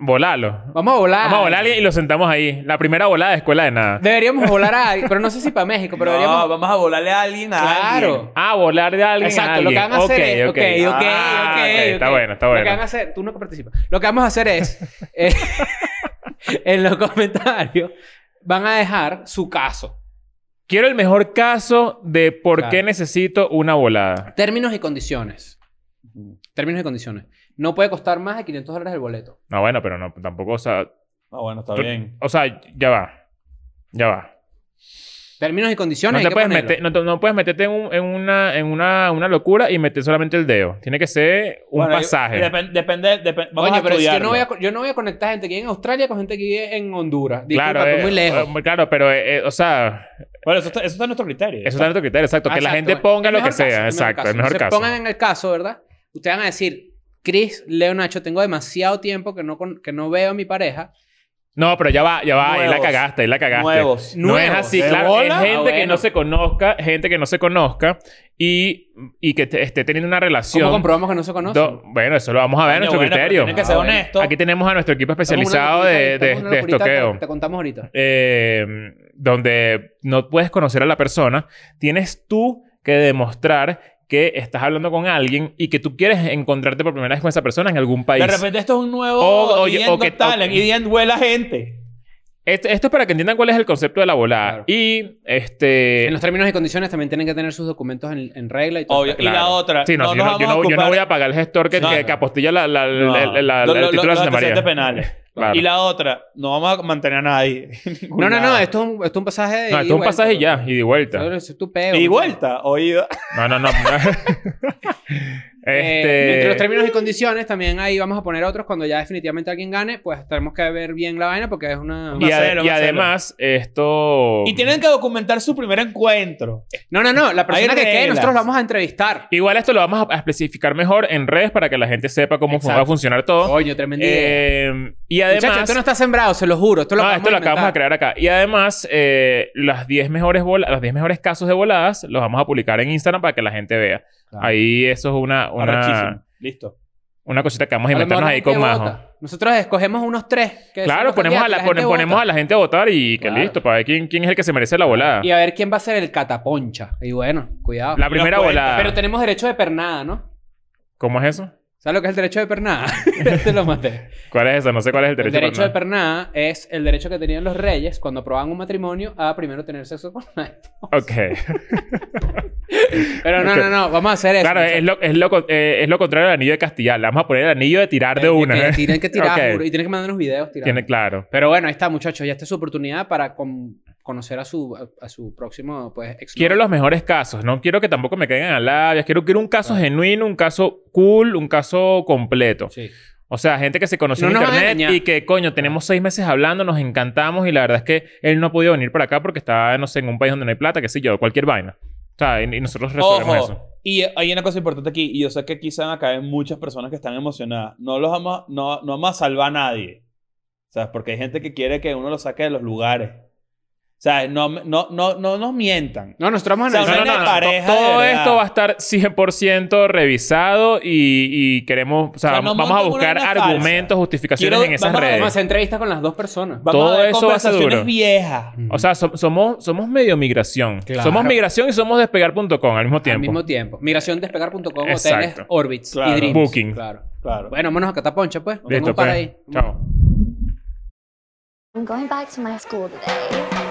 B: Volarlo.
D: Vamos a volar.
B: Vamos a volar y lo sentamos ahí. La primera volada de escuela de nada.
D: Deberíamos volar a alguien, pero no sé si para México, pero
C: no,
D: deberíamos.
C: vamos a volarle a alguien. A
D: Claro.
C: alguien.
B: Ah, volar de alguien.
D: Exacto,
B: a alguien.
D: lo que van a hacer
B: Ok,
D: es. Ok, ok, ok,
B: Ah, ok,
D: ok.
B: Está bueno, está
D: Lo que van a
B: bueno.
D: hacer, tú no participas. Lo que vamos a hacer es. eh, en los comentarios van a dejar su caso.
B: Quiero el mejor caso de por
D: Claro.
B: qué necesito una volada.
D: Términos y condiciones. Términos y condiciones. No puede costar más de 500 dólares el boleto.
B: No, bueno, pero no, tampoco, o sea.
C: Ah, bueno, está
B: tú-
C: bien.
B: O sea, ya va. Ya va.
D: Términos y
B: No,
D: condiciones. hay
B: te
D: que
B: puedes
D: ponerlo.
B: meter, no, te- no puedes meterte en, un- en una, en una, una locura y meter solamente el dedo. Tiene que ser un
C: Bueno, yo-
B: pasaje.
C: depen- depende, depen- vamos
D: Coño,
C: a
D: pero si yo no,
C: estudiarlo.
D: voy a, co- yo no voy a conectar gente que vive en Australia con gente que vive en Honduras. Disculpa,
B: claro,
D: claro,
B: eh,
D: muy lejos.
B: eh, claro, pero, eh, eh, o sea,
C: Bueno, eso está, eso está en nuestro criterio.
B: eso está en tu criterio, exacto. Que la
D: Exacto,
B: gente
D: bueno.
B: ponga
D: El
B: lo que
D: mejor caso,
B: sea,
D: el mejor
B: exacto, el
D: caso.
B: mejor
D: Entonces,
B: caso.
D: pongan en el caso, ¿verdad? Ustedes van a decir, Chris, Leo, Nacho, tengo demasiado tiempo que no, con- que no veo a mi pareja.
B: No, pero ya va, ya va, ahí la
C: Nuevos.
B: cagaste, ahí la cagaste.
C: Nuevos.
B: No es
D: Nuevos.
B: así,
C: ¿De
B: claro.
C: bola?
B: Es gente
D: Ah,
B: que
D: bueno.
B: no se conozca, gente que no se conozca y, y que te- esté teniendo una relación.
D: ¿Cómo comprobamos que no se conocen?
B: Do- bueno, eso lo vamos a ver a
C: Coño,
B: nuestro
C: bueno, pero
B: criterio.
C: Tienen que
D: Ah,
C: ser
D: bueno.
C: honestos.
B: Aquí tenemos a nuestro equipo
D: Estamos en una
B: especializado
D: locurita,
B: de, de-
D: estamos en una
B: de
D: locurita que
B: estoqueo.
D: Te contamos ahorita.
B: eh, donde no puedes conocer a la persona, tienes tú que demostrar que estás hablando con alguien y que tú quieres encontrarte por primera vez con esa persona en algún país.
C: De repente esto es un nuevo
B: O- o-
C: Idient
B: o que-
C: Got Talent.
B: o-
C: Idient huele a gente.
B: Este- esto es para que entiendan cuál es el concepto de la volada.
D: Claro.
B: Y este.
D: En los términos y condiciones también tienen que tener sus documentos en, en regla y todo.
C: Obvio. Y la
B: claro.
C: otra.
B: Sí, no,
C: no
B: yo,
C: nos
B: no, yo
C: vamos
B: no- yo no
C: ocupar-
B: voy a pagar el gestor que,
C: No,
B: que-
C: no.
B: que apostilla la, la- la-
C: No.
B: la- la-
C: Lo-
B: el
C: lo-
B: título
C: lo-
B: de Santa
C: los antecedentes
B: María.
C: penales.
B: Claro.
C: Y la otra, no vamos a mantener a nadie.
D: No, no, no, esto es un, esto es un pasaje de.
B: No,
D: ida
B: esto
D: y
B: es un
D: vuelta,
B: pasaje y ya,
D: bro.
B: y de vuelta.
D: Eso es tu peo,
C: Y
D: ¿no?
C: vuelta, oído.
B: No, no, no.
D: Eh,
B: este.
D: entre los términos y condiciones también ahí vamos a poner otros cuando ya definitivamente alguien gane, pues tenemos que ver bien la vaina porque es una...
B: y, ade-
C: Marcelo,
B: y
C: Marcelo.
B: además, esto.
C: Y tienen que documentar su primer encuentro.
D: No, no, no, la persona que quede
C: reglas.
D: nosotros la vamos a entrevistar.
B: Igual esto lo vamos a a especificar mejor en redes para que la gente sepa cómo fun-
D: Exacto.
B: va a funcionar todo.
D: Coño, tremendo.
B: Eh, y además.
D: Muchachos, esto no está sembrado, se lo juro. Esto lo,
B: no,
D: acabamos
B: esto
D: de
B: lo acabamos de
D: inventar.
B: crear acá. Y además, eh, las 10 mejores bola- los 10 mejores casos de voladas los vamos a publicar en Instagram para que la gente vea. Ahí eso es una, una,
C: Arrechísimo. Listo.
B: una cosita que vamos a
D: A lo mejor
B: inventarnos
D: la
B: ahí con
D: gente
B: Majo.
D: vota. Nosotros escogemos unos tres. que son
B: Claro,
D: los
B: ponemos a,
D: candidatos,
B: la, pone-
D: gente
B: ponemos
D: vota.
B: a la gente a votar y que
D: Claro.
B: listo, para ver quién, quién es el que se merece la volada.
D: Y a ver quién va a ser el cataponcha. Y bueno, cuidado.
B: La primera
C: cuenta,
B: volada.
D: Pero tenemos derecho de pernada, ¿no?
B: ¿Cómo es eso?
D: ¿Sabes lo que es el derecho de pernada? Te lo maté.
B: ¿Cuál es eso? No sé cuál es el
D: El
B: derecho.
D: derecho de
B: pero
D: pernada es el derecho que tenían los reyes cuando aprobaban un matrimonio a primero tener sexo con la
B: no. Ok.
D: Pero no,
B: Ok.
D: no, no, vamos a hacer eso.
B: claro, es lo, es, lo, con- eh, es lo contrario del anillo de Castilla. Le vamos a poner el anillo de tirar de una.
D: Que
B: ¿eh?
D: tienen que tirar,
B: Ok.
D: juro, y tienen que mandarnos videos tirando.
B: Tiene claro.
D: Pero bueno, ahí está, muchachos. Ya esta es su oportunidad para con- conocer a su, a, a su próximo, pues, ex-
B: Quiero los mejores casos. No quiero que tampoco me caigan a labias. Quiero, quiero un caso genuino, un caso cool, un caso completo.
D: Sí.
B: O sea, gente que se conoció
D: No
B: en
D: nos van a
B: internet
D: engañar.
B: y que, coño, tenemos seis meses hablando, nos encantamos y la verdad es que él no ha podido venir para acá porque está, no sé, en un país donde no hay plata, qué sé yo, cualquier vaina. O sea, y, y nosotros resolvemos eso.
C: Ojo. Y hay una cosa importante aquí, y yo sé que aquí se van a caer muchas personas que están emocionadas. No los vamos, no, no vamos a salvar a nadie. ¿Sabes? Porque hay gente que quiere que uno lo saque de los lugares. ¿Sabes? No, me- no, no, no nos mientan.
D: No, nosotros vamos a
C: O sea,
D: analizar.
C: una pareja
B: To-
C: de
B: Todo
C: verdad.
B: esto va a estar 100% revisado y, y queremos, o sea,
C: sea, no
B: vamos a
C: monten una
B: buscar
C: vaina
B: argumentos,
C: falsa.
B: justificaciones
C: Quiero-
B: en esas
C: vamos a-
B: redes.
D: Vamos a hacer entrevistas con las dos personas.
C: Vamos
B: Todo
C: a ver
B: eso va a ser
C: conversaciones
B: duro. Mm.
C: viejas.
B: O sea, so- somos, somos medio migración.
D: Claro.
B: Somos migración y somos despegar.com al mismo
D: al
B: tiempo.
D: mismo tiempo. Migraciondespegar.com, hoteles,
B: Exacto.
D: Orbits
C: Claro.
D: y Dreams.
B: Booking.
D: Claro.
C: Claro.
D: Bueno, vámonos a Cataponcha, pues. Nos vemos
B: Listo,
D: para
B: pues.
D: ahí.
B: Chao.
A: I'm going back to my school today.